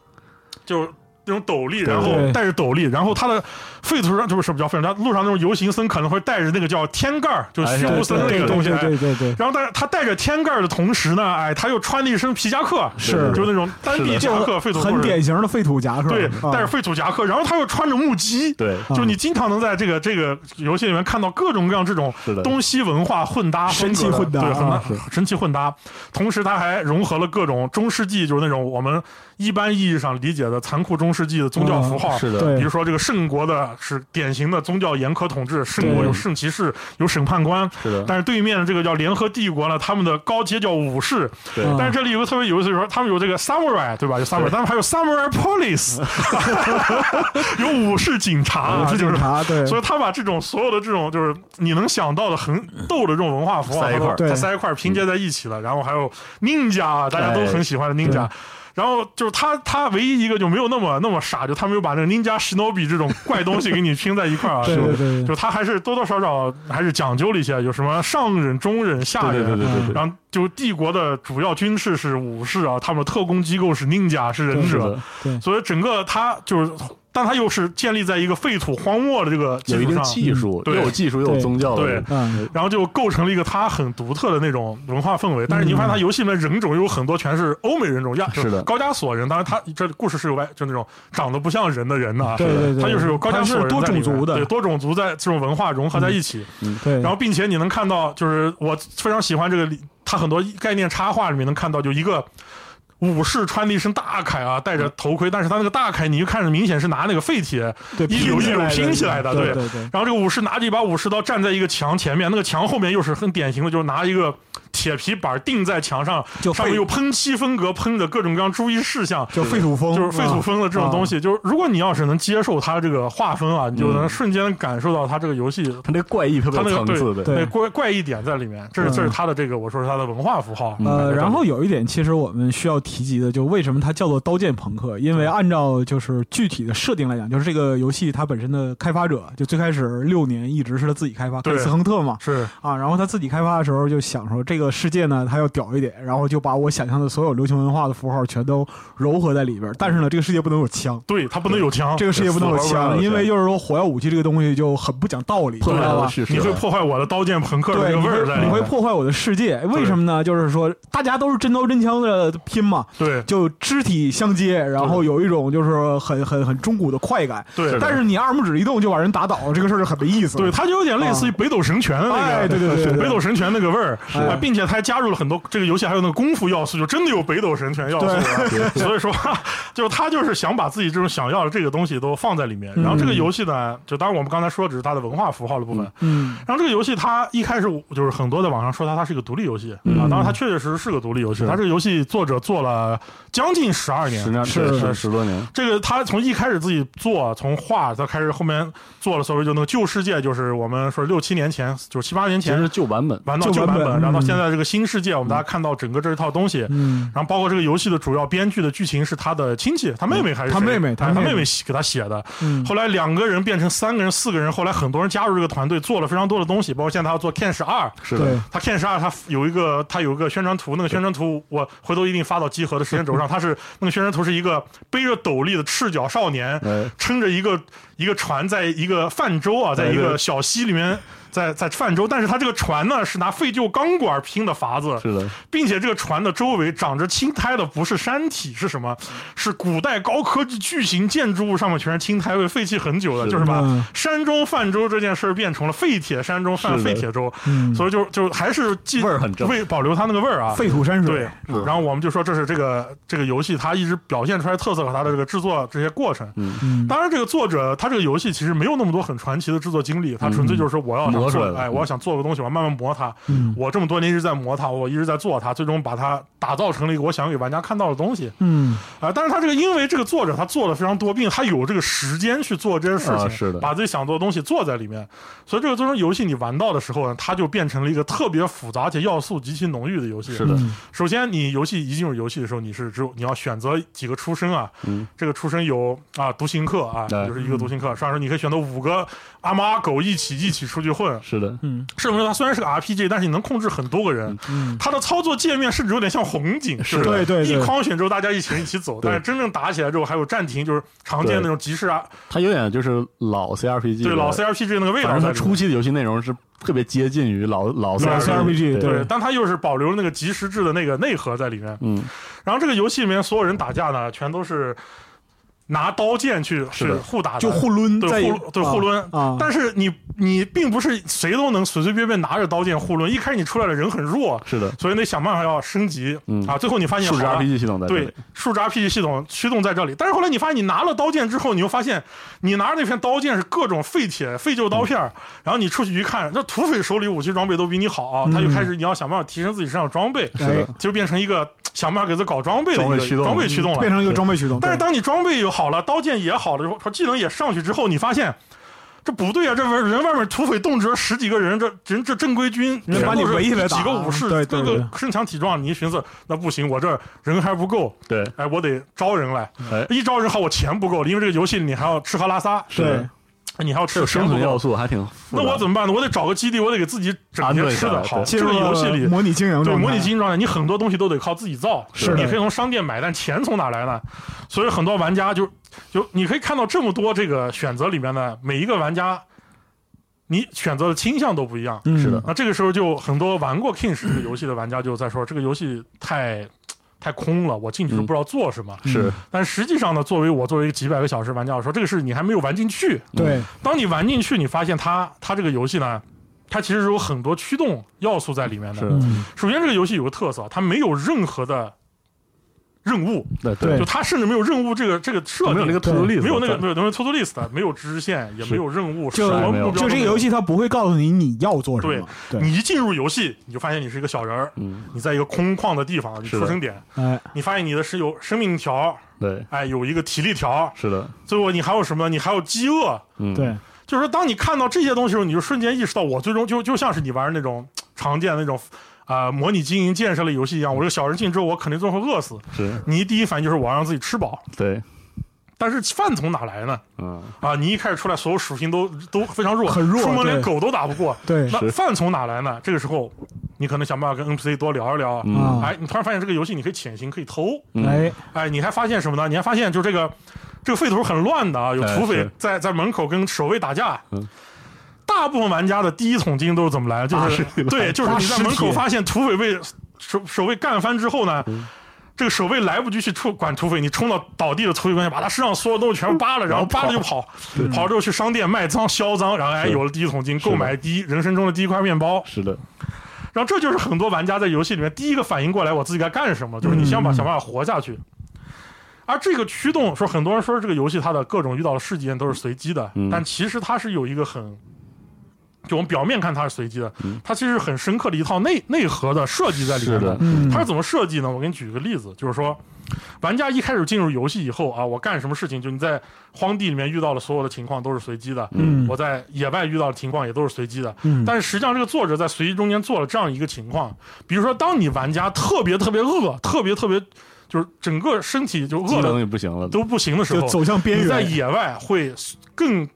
[SPEAKER 3] 就是那种斗笠，
[SPEAKER 1] 对
[SPEAKER 3] 然后
[SPEAKER 2] 对
[SPEAKER 3] 带着斗笠，然后他的废土上就是什么叫废土？他路上那种游行僧可能会带着那个叫天盖儿，就是
[SPEAKER 1] 哎
[SPEAKER 3] 虚
[SPEAKER 1] 对
[SPEAKER 3] 无僧那个东西。
[SPEAKER 2] 对
[SPEAKER 3] 哎
[SPEAKER 2] 对对对，
[SPEAKER 3] 然后，但是他带着天盖儿的同时呢，哎，他又穿了一身皮夹克，
[SPEAKER 2] 是
[SPEAKER 3] 就那种单
[SPEAKER 1] 是
[SPEAKER 3] 臂
[SPEAKER 1] 的
[SPEAKER 3] 夹克，废土
[SPEAKER 2] 很
[SPEAKER 3] 或者
[SPEAKER 2] 典型的废土夹克，
[SPEAKER 3] 对，
[SPEAKER 2] 啊
[SPEAKER 3] 带着废土夹克，然后他又穿着木屐，
[SPEAKER 1] 对，
[SPEAKER 3] 就你经常能在这个这个游戏里面看到各种各样这种
[SPEAKER 1] 是的
[SPEAKER 3] 东西文化混搭风格
[SPEAKER 2] 神
[SPEAKER 3] 的、
[SPEAKER 2] 奇混搭
[SPEAKER 3] 对，很
[SPEAKER 2] 啊
[SPEAKER 3] 搭神奇混搭。同时，它还融合了各种中世纪，就是那种我们一般意义上理解的残酷中世纪的宗教符号。
[SPEAKER 1] 嗯是的，
[SPEAKER 3] 比
[SPEAKER 2] 对
[SPEAKER 3] 如说，这个圣国的是典型的宗教严苛统治，圣国
[SPEAKER 2] 对
[SPEAKER 3] 有圣骑士，有审判官。
[SPEAKER 1] 是的，
[SPEAKER 3] 但是对面的这个叫联合帝国呢，他们的高阶叫武士。
[SPEAKER 1] 对
[SPEAKER 2] 啊
[SPEAKER 3] 但是这里有个特别有意思，就是说他们有这个 samurai，对吧？有 samurai，他们还有 samurai police，有武士警察啊，
[SPEAKER 2] 我是
[SPEAKER 3] 就
[SPEAKER 2] 警
[SPEAKER 3] 是
[SPEAKER 2] 察，对，
[SPEAKER 3] 所以他把这种所有的这种就是你能想到的很逗的这种文化符号，
[SPEAKER 1] 塞一块儿
[SPEAKER 3] 它都它
[SPEAKER 2] 对
[SPEAKER 3] 塞一块儿拼接在一起了。然后还有 ninja，大家
[SPEAKER 1] 哎
[SPEAKER 3] 都很喜欢的 ninja
[SPEAKER 2] 对。
[SPEAKER 3] 然后就是他，他唯一一个就没有那么那么傻，就他没有把那个 ninja shinobi 这种怪东西给你拼在一 块儿啊。
[SPEAKER 2] 对
[SPEAKER 3] 就
[SPEAKER 2] 对对对
[SPEAKER 3] 就他还是多多少少还是讲究了一些，有什么上忍、中忍、下
[SPEAKER 1] 对对对
[SPEAKER 3] 忍。
[SPEAKER 1] 对对对，
[SPEAKER 3] 然后就帝国的主要军事是武士啊，他们的特工机构是 ninja 是忍
[SPEAKER 2] 对
[SPEAKER 1] 是
[SPEAKER 3] 者，
[SPEAKER 1] 的，
[SPEAKER 3] 所以整个它就是，但它又是建立在一个废土荒漠的这个基
[SPEAKER 1] 有一
[SPEAKER 3] 础
[SPEAKER 1] 定
[SPEAKER 3] 上，
[SPEAKER 1] 技术，又
[SPEAKER 3] 对
[SPEAKER 1] 有技术，又有
[SPEAKER 2] 对
[SPEAKER 1] 宗教的
[SPEAKER 3] 对
[SPEAKER 1] 这个，
[SPEAKER 2] 嗯，
[SPEAKER 3] 然后就构成了一个它很独特的那种文化氛围。但是你会
[SPEAKER 2] 嗯
[SPEAKER 3] 发现它游戏里面人种有很多全是欧美人种，亚
[SPEAKER 1] 是的
[SPEAKER 3] 高加索人。当然它，这故事是有外，就那种长得不像人的人的啊，
[SPEAKER 2] 对对对，
[SPEAKER 3] 它就是有高加
[SPEAKER 2] 它
[SPEAKER 3] 索
[SPEAKER 2] 是
[SPEAKER 3] 人
[SPEAKER 2] 多
[SPEAKER 3] 在里
[SPEAKER 2] 种
[SPEAKER 3] 面
[SPEAKER 2] 族
[SPEAKER 3] 对
[SPEAKER 2] 的，嗯
[SPEAKER 3] 多种族在这种文化融合在一起。
[SPEAKER 2] 对，
[SPEAKER 3] 然后，并且你能看到，就是我非常喜欢这个里，它很多概念插画里面能看到，就一个武士穿的一身大铠啊，戴着头盔，但是他那个大铠，你就看着明显是拿那个废铁
[SPEAKER 2] 对
[SPEAKER 3] 一绺一绺拼起来的，
[SPEAKER 2] 对对对
[SPEAKER 3] 然后这个武士拿着一把武士刀站在一个墙前面，那个墙后面又是很典型的，就是拿一个铁皮板钉在墙上，
[SPEAKER 2] 就
[SPEAKER 3] 上
[SPEAKER 2] 废
[SPEAKER 3] 面有喷漆风格喷的各种各样注意事项，
[SPEAKER 2] 就废土风，
[SPEAKER 3] 就是废土风的这种东
[SPEAKER 2] 啊。
[SPEAKER 3] 西。就是如果你要是能接受它这个划分啊，你就
[SPEAKER 2] 嗯
[SPEAKER 3] 能瞬间感受到它这个游戏
[SPEAKER 1] 它那个怪异特别
[SPEAKER 3] 它
[SPEAKER 1] 有
[SPEAKER 3] 那个
[SPEAKER 1] 层次嗯的，
[SPEAKER 2] 对
[SPEAKER 3] 那怪怪异点在里面，这是这是它的这个，我说是它的文化符号。
[SPEAKER 1] 嗯
[SPEAKER 2] 呃，然后有一点，其实我们需要提及的，就为什么它叫做《刀剑朋克》，因
[SPEAKER 3] 嗯
[SPEAKER 2] 为按照就是具体的设定来讲，就是这个游戏它本身的开发者，就最开始六年一直是他自己开发，
[SPEAKER 3] 对
[SPEAKER 2] 克里斯亨特嘛，
[SPEAKER 3] 是
[SPEAKER 2] 啊，然后他自己开发的时候就想说，这个世界呢，他要屌一点，然后就把我想象的所有流行文化的符号全都糅合在里边儿。但是呢，这个世界不能有枪，
[SPEAKER 3] 对，它不能有墙，
[SPEAKER 2] 这个世界不能有
[SPEAKER 1] 死活不能
[SPEAKER 2] 枪，
[SPEAKER 1] 有
[SPEAKER 2] 因
[SPEAKER 1] 枪
[SPEAKER 2] 为就是说火药武器这个东西就很不讲道理，你
[SPEAKER 1] 破
[SPEAKER 2] 知
[SPEAKER 1] 坏
[SPEAKER 2] 道
[SPEAKER 1] 了
[SPEAKER 2] 吧？
[SPEAKER 1] 叙事
[SPEAKER 3] 你会
[SPEAKER 1] 了
[SPEAKER 3] 破坏我的刀剑朋克的
[SPEAKER 2] 对，
[SPEAKER 3] 这个
[SPEAKER 2] 你
[SPEAKER 3] 味儿在
[SPEAKER 2] 会
[SPEAKER 3] 里
[SPEAKER 2] 你会
[SPEAKER 3] 面。
[SPEAKER 2] 破坏我的世界，为什么呢？就是说大家都是真刀真枪的拼嘛，
[SPEAKER 3] 对
[SPEAKER 2] 就肢体相接，然后有一种就是很很很中古的快感。
[SPEAKER 3] 对
[SPEAKER 2] 但是你二拇指一动就把人打倒，这个事儿就很没意思。
[SPEAKER 3] 对，它就有点类似于
[SPEAKER 2] 啊
[SPEAKER 3] 北斗神拳的那个，
[SPEAKER 2] 哎对对对对对
[SPEAKER 3] 北斗神拳那个味儿，
[SPEAKER 2] 是
[SPEAKER 3] 啊，并且它还加入了很多这个游戏还有那个功夫要素，就真的有北斗神拳要素啊。 所以说，就是他就是想把自己这种想要的这个东西都放在里面。然后这个游戏呢，就当然我们刚才说的只是它的文化符号的部分，
[SPEAKER 2] 嗯，
[SPEAKER 3] 然后这个游戏它一开始我就是很多在网上说它它是一个独立游戏、
[SPEAKER 2] 嗯
[SPEAKER 3] 啊，当然它确确实实是个独立游戏。它这个游戏作者做了将近十二
[SPEAKER 1] 十
[SPEAKER 3] 年，
[SPEAKER 1] 年
[SPEAKER 2] 是
[SPEAKER 1] 是十多年，
[SPEAKER 3] 这个他从一开始自己做，从画他开始后面做了所谓就那个旧世界，就是我们说六七年前，就是七八年
[SPEAKER 1] 其实
[SPEAKER 3] 前
[SPEAKER 1] 是旧版本，
[SPEAKER 3] 玩到旧
[SPEAKER 2] 旧版
[SPEAKER 3] 版本，
[SPEAKER 2] 本
[SPEAKER 3] 然后到
[SPEAKER 2] 嗯
[SPEAKER 3] 现在这个新世界，我们大家看到整个这一套东西。
[SPEAKER 2] 嗯，
[SPEAKER 3] 然后包括这个游戏的主要编剧的剧情是他的亲戚，他妹妹还是
[SPEAKER 2] 他
[SPEAKER 3] 谁
[SPEAKER 2] 妹妹他
[SPEAKER 3] 哎他
[SPEAKER 2] 妹妹
[SPEAKER 3] 妹妹写给他写的。
[SPEAKER 2] 嗯
[SPEAKER 3] 后来两个人变成三个人、四个人，后来很多人加入这个团队，做了非常多的东西，包括现在他要做 Ken 十二，
[SPEAKER 1] 是
[SPEAKER 2] 对
[SPEAKER 1] 的，
[SPEAKER 3] 他 Ken 十二他有一个他有一个宣传图，那个宣传图我回头一定发到集合的时间轴 上。他是那个宣传图是一个背着斗笠的赤脚少年，
[SPEAKER 1] 哎，
[SPEAKER 3] 撑着一个一个船，在一个泛舟啊，在一
[SPEAKER 1] 对
[SPEAKER 3] 个
[SPEAKER 1] 对
[SPEAKER 3] 小溪里面在在泛舟，但是它这个船呢是拿废旧钢管拼的筏子，
[SPEAKER 1] 是的，
[SPEAKER 3] 并且这个船的周围长着青苔的不是山体是什么？是古代高科技巨型建筑物上面全是青苔味，废弃很久的，
[SPEAKER 1] 是
[SPEAKER 3] 就是把
[SPEAKER 2] 嗯
[SPEAKER 3] 山中泛舟这件事儿变成了废铁山中泛
[SPEAKER 1] 是的
[SPEAKER 3] 废铁舟，
[SPEAKER 2] 嗯
[SPEAKER 3] 所以就就还是记
[SPEAKER 1] 味儿很正
[SPEAKER 3] 为保留它那个味儿啊。
[SPEAKER 2] 废土山水，
[SPEAKER 3] 对，然后我们就说这是这个这个游戏它一直表现出来特色和它的这个制作这些过程。
[SPEAKER 2] 嗯，
[SPEAKER 3] 当然，这个作者他这个游戏其实没有那么多很传奇的制作经历，他纯粹就是说我要想
[SPEAKER 1] 嗯磨出来
[SPEAKER 3] 做，
[SPEAKER 1] 的
[SPEAKER 3] 哎，
[SPEAKER 1] 嗯
[SPEAKER 3] 我要想做个东西，我要慢慢磨它。
[SPEAKER 2] 嗯
[SPEAKER 3] 我这么多年一直在磨它，我一直在做它，最终把它打造成了一个我想给玩家看到的东西
[SPEAKER 2] 嗯
[SPEAKER 3] 啊、但是他这个因为这个作者他做的非常多，并且他有这个时间去做这些事情，
[SPEAKER 1] 啊是的
[SPEAKER 3] 把自己想做的东西做在里面，所以这个最终游戏你玩到的时候呢，它就变成了一个特别复杂且要素极其浓郁的游戏。
[SPEAKER 1] 是的
[SPEAKER 2] 嗯
[SPEAKER 3] 首先，你游戏一进入游戏的时候，你是只有你要选择几个出身啊，
[SPEAKER 1] 嗯
[SPEAKER 3] 这个出身有啊独行客啊，
[SPEAKER 1] 对
[SPEAKER 3] 就是一个独行客，上说你可以选择五个阿猫阿狗一起一起出去混。
[SPEAKER 1] 是的，
[SPEAKER 2] 嗯
[SPEAKER 3] 甚至它虽然是个 RPG，但是你能控制很多个人，
[SPEAKER 2] 嗯，
[SPEAKER 3] 它的操作界面甚至有点像红警，
[SPEAKER 1] 是
[SPEAKER 3] 就
[SPEAKER 2] 对对
[SPEAKER 3] 一
[SPEAKER 2] 对，
[SPEAKER 3] 框选之后大家一群一起走，
[SPEAKER 1] 对
[SPEAKER 3] 但是真正打起来之后还有暂停，就是常见的那种即时啊，
[SPEAKER 1] 它有点就是老 CRPG，
[SPEAKER 3] 对
[SPEAKER 1] 的
[SPEAKER 3] 老 CRPG 那个味道
[SPEAKER 1] 反正
[SPEAKER 3] 在里面。
[SPEAKER 1] 它初期的游戏内容是特别接近于老老
[SPEAKER 3] 对
[SPEAKER 1] CRPG，
[SPEAKER 2] CRPG
[SPEAKER 3] 对
[SPEAKER 2] 对，
[SPEAKER 3] 但它又是保留了那个即时制的那个内核在里面。
[SPEAKER 1] 嗯，
[SPEAKER 3] 然后这个游戏里面所有人打架呢，全都是拿刀剑去去
[SPEAKER 1] 的
[SPEAKER 3] 互打的，
[SPEAKER 2] 就互抡，在
[SPEAKER 3] 对互对
[SPEAKER 2] 啊
[SPEAKER 3] 互抡
[SPEAKER 2] 啊，
[SPEAKER 3] 但是你你并不是谁都能随随便便拿着刀剑互抡，一开始你出来的人很弱，
[SPEAKER 1] 是的，
[SPEAKER 3] 所以得想办法要升级、
[SPEAKER 1] 嗯
[SPEAKER 3] 啊。最后你发现
[SPEAKER 1] 数值
[SPEAKER 3] 好了
[SPEAKER 1] RPG 系统在这里
[SPEAKER 3] 对，树枝 RPG 系统驱动在这里。但是后来你发现，你拿了刀剑之后，你又发现你拿着那片刀剑是各种废铁、废旧刀片儿，然后你出去一看，这土匪手里武器装备都比你好啊，他就开始你要想办法提升自己身上的装备，
[SPEAKER 1] 是的
[SPEAKER 2] 哎
[SPEAKER 3] 就变成一个想办法给自己搞装备的一
[SPEAKER 1] 装备
[SPEAKER 3] 个
[SPEAKER 1] 驱动
[SPEAKER 3] 装备驱动
[SPEAKER 2] 变
[SPEAKER 3] 了。
[SPEAKER 2] 成一个装备驱动，
[SPEAKER 3] 但是
[SPEAKER 2] 对
[SPEAKER 3] 当你装备有好了，刀剑也好了，说技能也上去之后，你发现。这不对啊！这外人外面土匪动辄十几个人，这人这正规军
[SPEAKER 2] 人把
[SPEAKER 3] 全部
[SPEAKER 2] 你
[SPEAKER 3] 是
[SPEAKER 2] 围起来打
[SPEAKER 3] 几个武士，
[SPEAKER 2] 对
[SPEAKER 3] 个
[SPEAKER 2] 对
[SPEAKER 3] 个
[SPEAKER 2] 对
[SPEAKER 3] 身强体壮，你一寻思，那不行，我这人还不够，
[SPEAKER 1] 对，
[SPEAKER 3] 哎，我得招人来，
[SPEAKER 1] 哎
[SPEAKER 3] 一招人好，我钱不够了，因为这个游戏你还要吃喝拉撒，
[SPEAKER 1] 是的，
[SPEAKER 3] 你还要吃
[SPEAKER 1] 有
[SPEAKER 3] 钱
[SPEAKER 1] 生
[SPEAKER 3] 不
[SPEAKER 1] 存要
[SPEAKER 3] 够，
[SPEAKER 1] 素还挺复杂
[SPEAKER 3] 那
[SPEAKER 1] 的，
[SPEAKER 3] 我怎么办呢？我得找个基地，我得给自己整些吃的好。
[SPEAKER 1] 安顿下来对
[SPEAKER 3] 这
[SPEAKER 2] 进入
[SPEAKER 3] 个游戏里
[SPEAKER 2] 了，模拟经营
[SPEAKER 3] 对
[SPEAKER 2] 状态
[SPEAKER 3] 模拟经营状态，你很多东西都得靠自己造，
[SPEAKER 1] 是
[SPEAKER 3] 你
[SPEAKER 2] 的
[SPEAKER 3] 可以从商店买，但钱从哪来呢？所以很多玩家就就你可以看到这么多这个选择里面呢，每一个玩家你选择的倾向都不一样。
[SPEAKER 2] 嗯
[SPEAKER 1] 是的
[SPEAKER 3] 那这个时候就很多玩过 King 这个游戏的玩家就在说，这个游戏太太空了，我进去都不知道做什么。嗯
[SPEAKER 1] 是
[SPEAKER 3] 但实际上呢，作为我作为一个几百个小时玩家，我说这个事你还没有玩进去。
[SPEAKER 2] 对
[SPEAKER 3] 当你玩进去，你发现它它这个游戏呢，它其实有很多驱动要素在里面
[SPEAKER 1] 是
[SPEAKER 3] 的。
[SPEAKER 1] 的
[SPEAKER 2] 嗯
[SPEAKER 3] 首先，这个游戏有个特色，它没有任何的任务，
[SPEAKER 1] 对
[SPEAKER 2] 对
[SPEAKER 3] 就它甚至没有任务这个这个设定，
[SPEAKER 1] 没有那个 to do
[SPEAKER 2] 对
[SPEAKER 1] list，
[SPEAKER 3] 没有那个
[SPEAKER 1] 在
[SPEAKER 3] 没有没有 to do list，没有支线，也
[SPEAKER 1] 是
[SPEAKER 3] 没有任务，
[SPEAKER 2] 就
[SPEAKER 3] 什么目标
[SPEAKER 2] 就
[SPEAKER 3] 都
[SPEAKER 2] 这
[SPEAKER 3] 没
[SPEAKER 2] 个
[SPEAKER 3] 有
[SPEAKER 2] 游戏，它不会告诉你你要做什
[SPEAKER 3] 对
[SPEAKER 2] 么，对，
[SPEAKER 3] 你一进入游戏，你就发现你是一个小人儿，
[SPEAKER 1] 嗯，
[SPEAKER 3] 你在一个空旷的地方，你
[SPEAKER 1] 是
[SPEAKER 3] 出
[SPEAKER 1] 的
[SPEAKER 3] 生点，
[SPEAKER 2] 哎，
[SPEAKER 3] 你发现你的是有生命条，
[SPEAKER 1] 对，
[SPEAKER 3] 哎，有一个体力条，
[SPEAKER 1] 是的，
[SPEAKER 3] 最后你还有什么呢？你还有饥饿，
[SPEAKER 1] 嗯，
[SPEAKER 2] 对，
[SPEAKER 3] 就是说当你看到这些东西的时候，你就瞬间意识到，我最终就就像是你玩那种常见的那种。啊、模拟经营建设类游戏一样，我这个小人进去之后，我肯定最后会饿死。
[SPEAKER 1] 是，
[SPEAKER 3] 你第一反应就是我要让自己吃饱，
[SPEAKER 1] 对，
[SPEAKER 3] 但是饭从哪来呢？
[SPEAKER 1] 嗯，
[SPEAKER 3] 啊，你一开始出来，所有属性都都非常弱，
[SPEAKER 2] 很弱
[SPEAKER 3] 出门连
[SPEAKER 2] 对
[SPEAKER 3] 狗都打不过。
[SPEAKER 2] 对
[SPEAKER 3] 那
[SPEAKER 1] 是
[SPEAKER 3] 饭从哪来呢？这个时候，你可能想办法跟 NPC 多聊一聊。
[SPEAKER 1] 嗯
[SPEAKER 3] 哎，你突然发现这个游戏你可以潜行，可以偷。
[SPEAKER 1] 嗯
[SPEAKER 2] 哎，
[SPEAKER 3] 哎，你还发现什么呢？你还发现就这个这个废土很乱的啊，有
[SPEAKER 1] 哎
[SPEAKER 3] 土匪
[SPEAKER 1] 是
[SPEAKER 3] 在在门口跟守卫打架
[SPEAKER 1] 嗯。
[SPEAKER 3] 大部分玩家的第一桶金都是怎么来的？就是
[SPEAKER 1] 打尸体了
[SPEAKER 3] 对，就是
[SPEAKER 2] 打
[SPEAKER 3] 你在
[SPEAKER 2] 尸
[SPEAKER 3] 门口
[SPEAKER 2] 体
[SPEAKER 3] 发现土匪被守守卫干翻之后呢。
[SPEAKER 1] 嗯
[SPEAKER 3] 这个守卫来不及去处管土匪，你冲到倒地的土匪关键，把他身上所有东西全部扒了，然后扒了就跑，跑了之后去商店卖脏销赃，然后哎
[SPEAKER 1] 是
[SPEAKER 3] 有了第一桶金，
[SPEAKER 1] 的
[SPEAKER 3] 购买第一人生中的第一块面包，
[SPEAKER 1] 是的，
[SPEAKER 3] 然后这就是很多玩家在游戏里面第一个反应过来我自己该干什么，就是你想
[SPEAKER 1] 嗯
[SPEAKER 3] 把想办法活下去。而这个驱动，说很多人说这个游戏它的各种遇到的事件都是随机的，
[SPEAKER 1] 嗯
[SPEAKER 3] 但其实它是有一个很，就我们表面看它是随机的，它其实是很深刻的一套内内核的设计在里面
[SPEAKER 1] 嗯是的
[SPEAKER 2] 嗯
[SPEAKER 3] 它是怎么设计呢？我给你举个例子，就是说，玩家一开始进入游戏以后啊，我干什么事情，就你在荒地里面遇到的所有的情况都是随机的，
[SPEAKER 2] 嗯
[SPEAKER 3] 我在野外遇到的情况也都是随机的。
[SPEAKER 2] 嗯
[SPEAKER 3] 但是实际上，这个作者在随机中间做了这样一个情况，比如说，当你玩家特别特别饿，特别特别就是整个身体就
[SPEAKER 1] 技
[SPEAKER 3] 饿
[SPEAKER 1] 能
[SPEAKER 3] 的
[SPEAKER 1] 也不行了，
[SPEAKER 3] 都不行的时
[SPEAKER 2] 就
[SPEAKER 3] 候，
[SPEAKER 2] 走向边
[SPEAKER 3] 你在
[SPEAKER 2] 缘，
[SPEAKER 3] 野外会更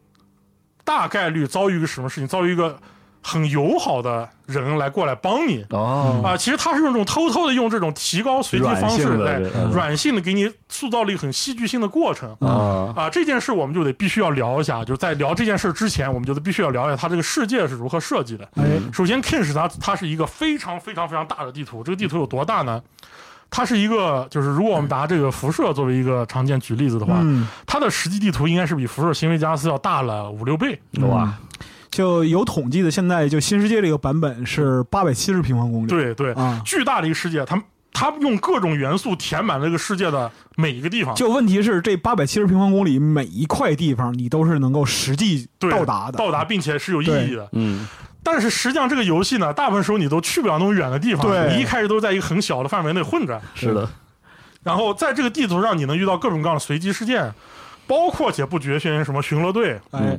[SPEAKER 3] 大概率遭遇一个什么事情？遭遇一个很友好的人来过来帮你。
[SPEAKER 1] 哦，
[SPEAKER 3] 啊，其实他是用这种偷偷的用这种提高随机方式
[SPEAKER 1] 软性的
[SPEAKER 3] 来
[SPEAKER 1] 这嗯
[SPEAKER 3] 软性的给你塑造了一个很戏剧性的过程。
[SPEAKER 1] 啊，
[SPEAKER 3] 啊，这件事我们就得必须要聊一下，就是在聊这件事之前，我们就得必须要聊一下它这个世界是如何设计的。
[SPEAKER 2] 哎，
[SPEAKER 3] 首先，Kinsh 它它是一个非常非常非常大的地图，这个地图有多大呢？它是一个，就是如果我们拿这个辐射作为一个常见举例子的话，
[SPEAKER 2] 嗯，
[SPEAKER 3] 它的实际地图应该是比辐射新维加斯要大了五六倍。
[SPEAKER 1] 哇，
[SPEAKER 2] 就有统计的，现在就新世界这个版本是八百七十平方公里。
[SPEAKER 3] 对对，
[SPEAKER 2] 啊，
[SPEAKER 3] 巨大的一个世界，它它用各种元素填满了这个世界的每一个地方。
[SPEAKER 2] 就问题是这八百七十平方公里每一块地方，你都是能够实际
[SPEAKER 3] 对
[SPEAKER 2] 到达的。
[SPEAKER 3] 到达，并且是有意义的。
[SPEAKER 1] 嗯，
[SPEAKER 3] 但是实际上，这个游戏呢，大部分时候你都去不了那么远的地方，
[SPEAKER 2] 对
[SPEAKER 3] 你一开始都在一个很小的范围内混着，
[SPEAKER 1] 是的，
[SPEAKER 3] 然后在这个地图上，你能遇到各种各样的随机事件，包括且不局限于什么巡逻队
[SPEAKER 2] 哎，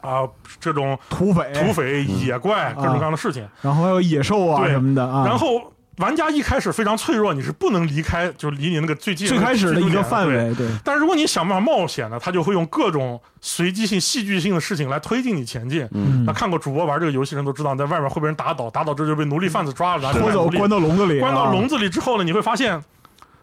[SPEAKER 3] 啊、这种
[SPEAKER 2] 土匪，
[SPEAKER 3] 嗯土，匪、
[SPEAKER 2] 嗯
[SPEAKER 3] 野怪、各种各样的事情。
[SPEAKER 2] 然后还有野兽啊
[SPEAKER 3] 对
[SPEAKER 2] 什么的啊。
[SPEAKER 3] 然后玩家一开始非常脆弱，你是不能离开，就离你那个最近
[SPEAKER 2] 最开始的一个范。
[SPEAKER 3] 对
[SPEAKER 2] 围，对，
[SPEAKER 3] 但是如果你想办法冒险呢，他就会用各种随机性、戏剧性的事情来推进你前进。
[SPEAKER 2] 嗯
[SPEAKER 3] 那，看过主播玩这个游戏的人都知道，在外面会被人打倒，打倒之后就被奴隶贩子抓了，然后就
[SPEAKER 2] 拖
[SPEAKER 3] 卖
[SPEAKER 2] 走关到
[SPEAKER 3] 奴隶
[SPEAKER 2] 笼子里啊，
[SPEAKER 3] 关到笼子里之后呢，你会发现，啊、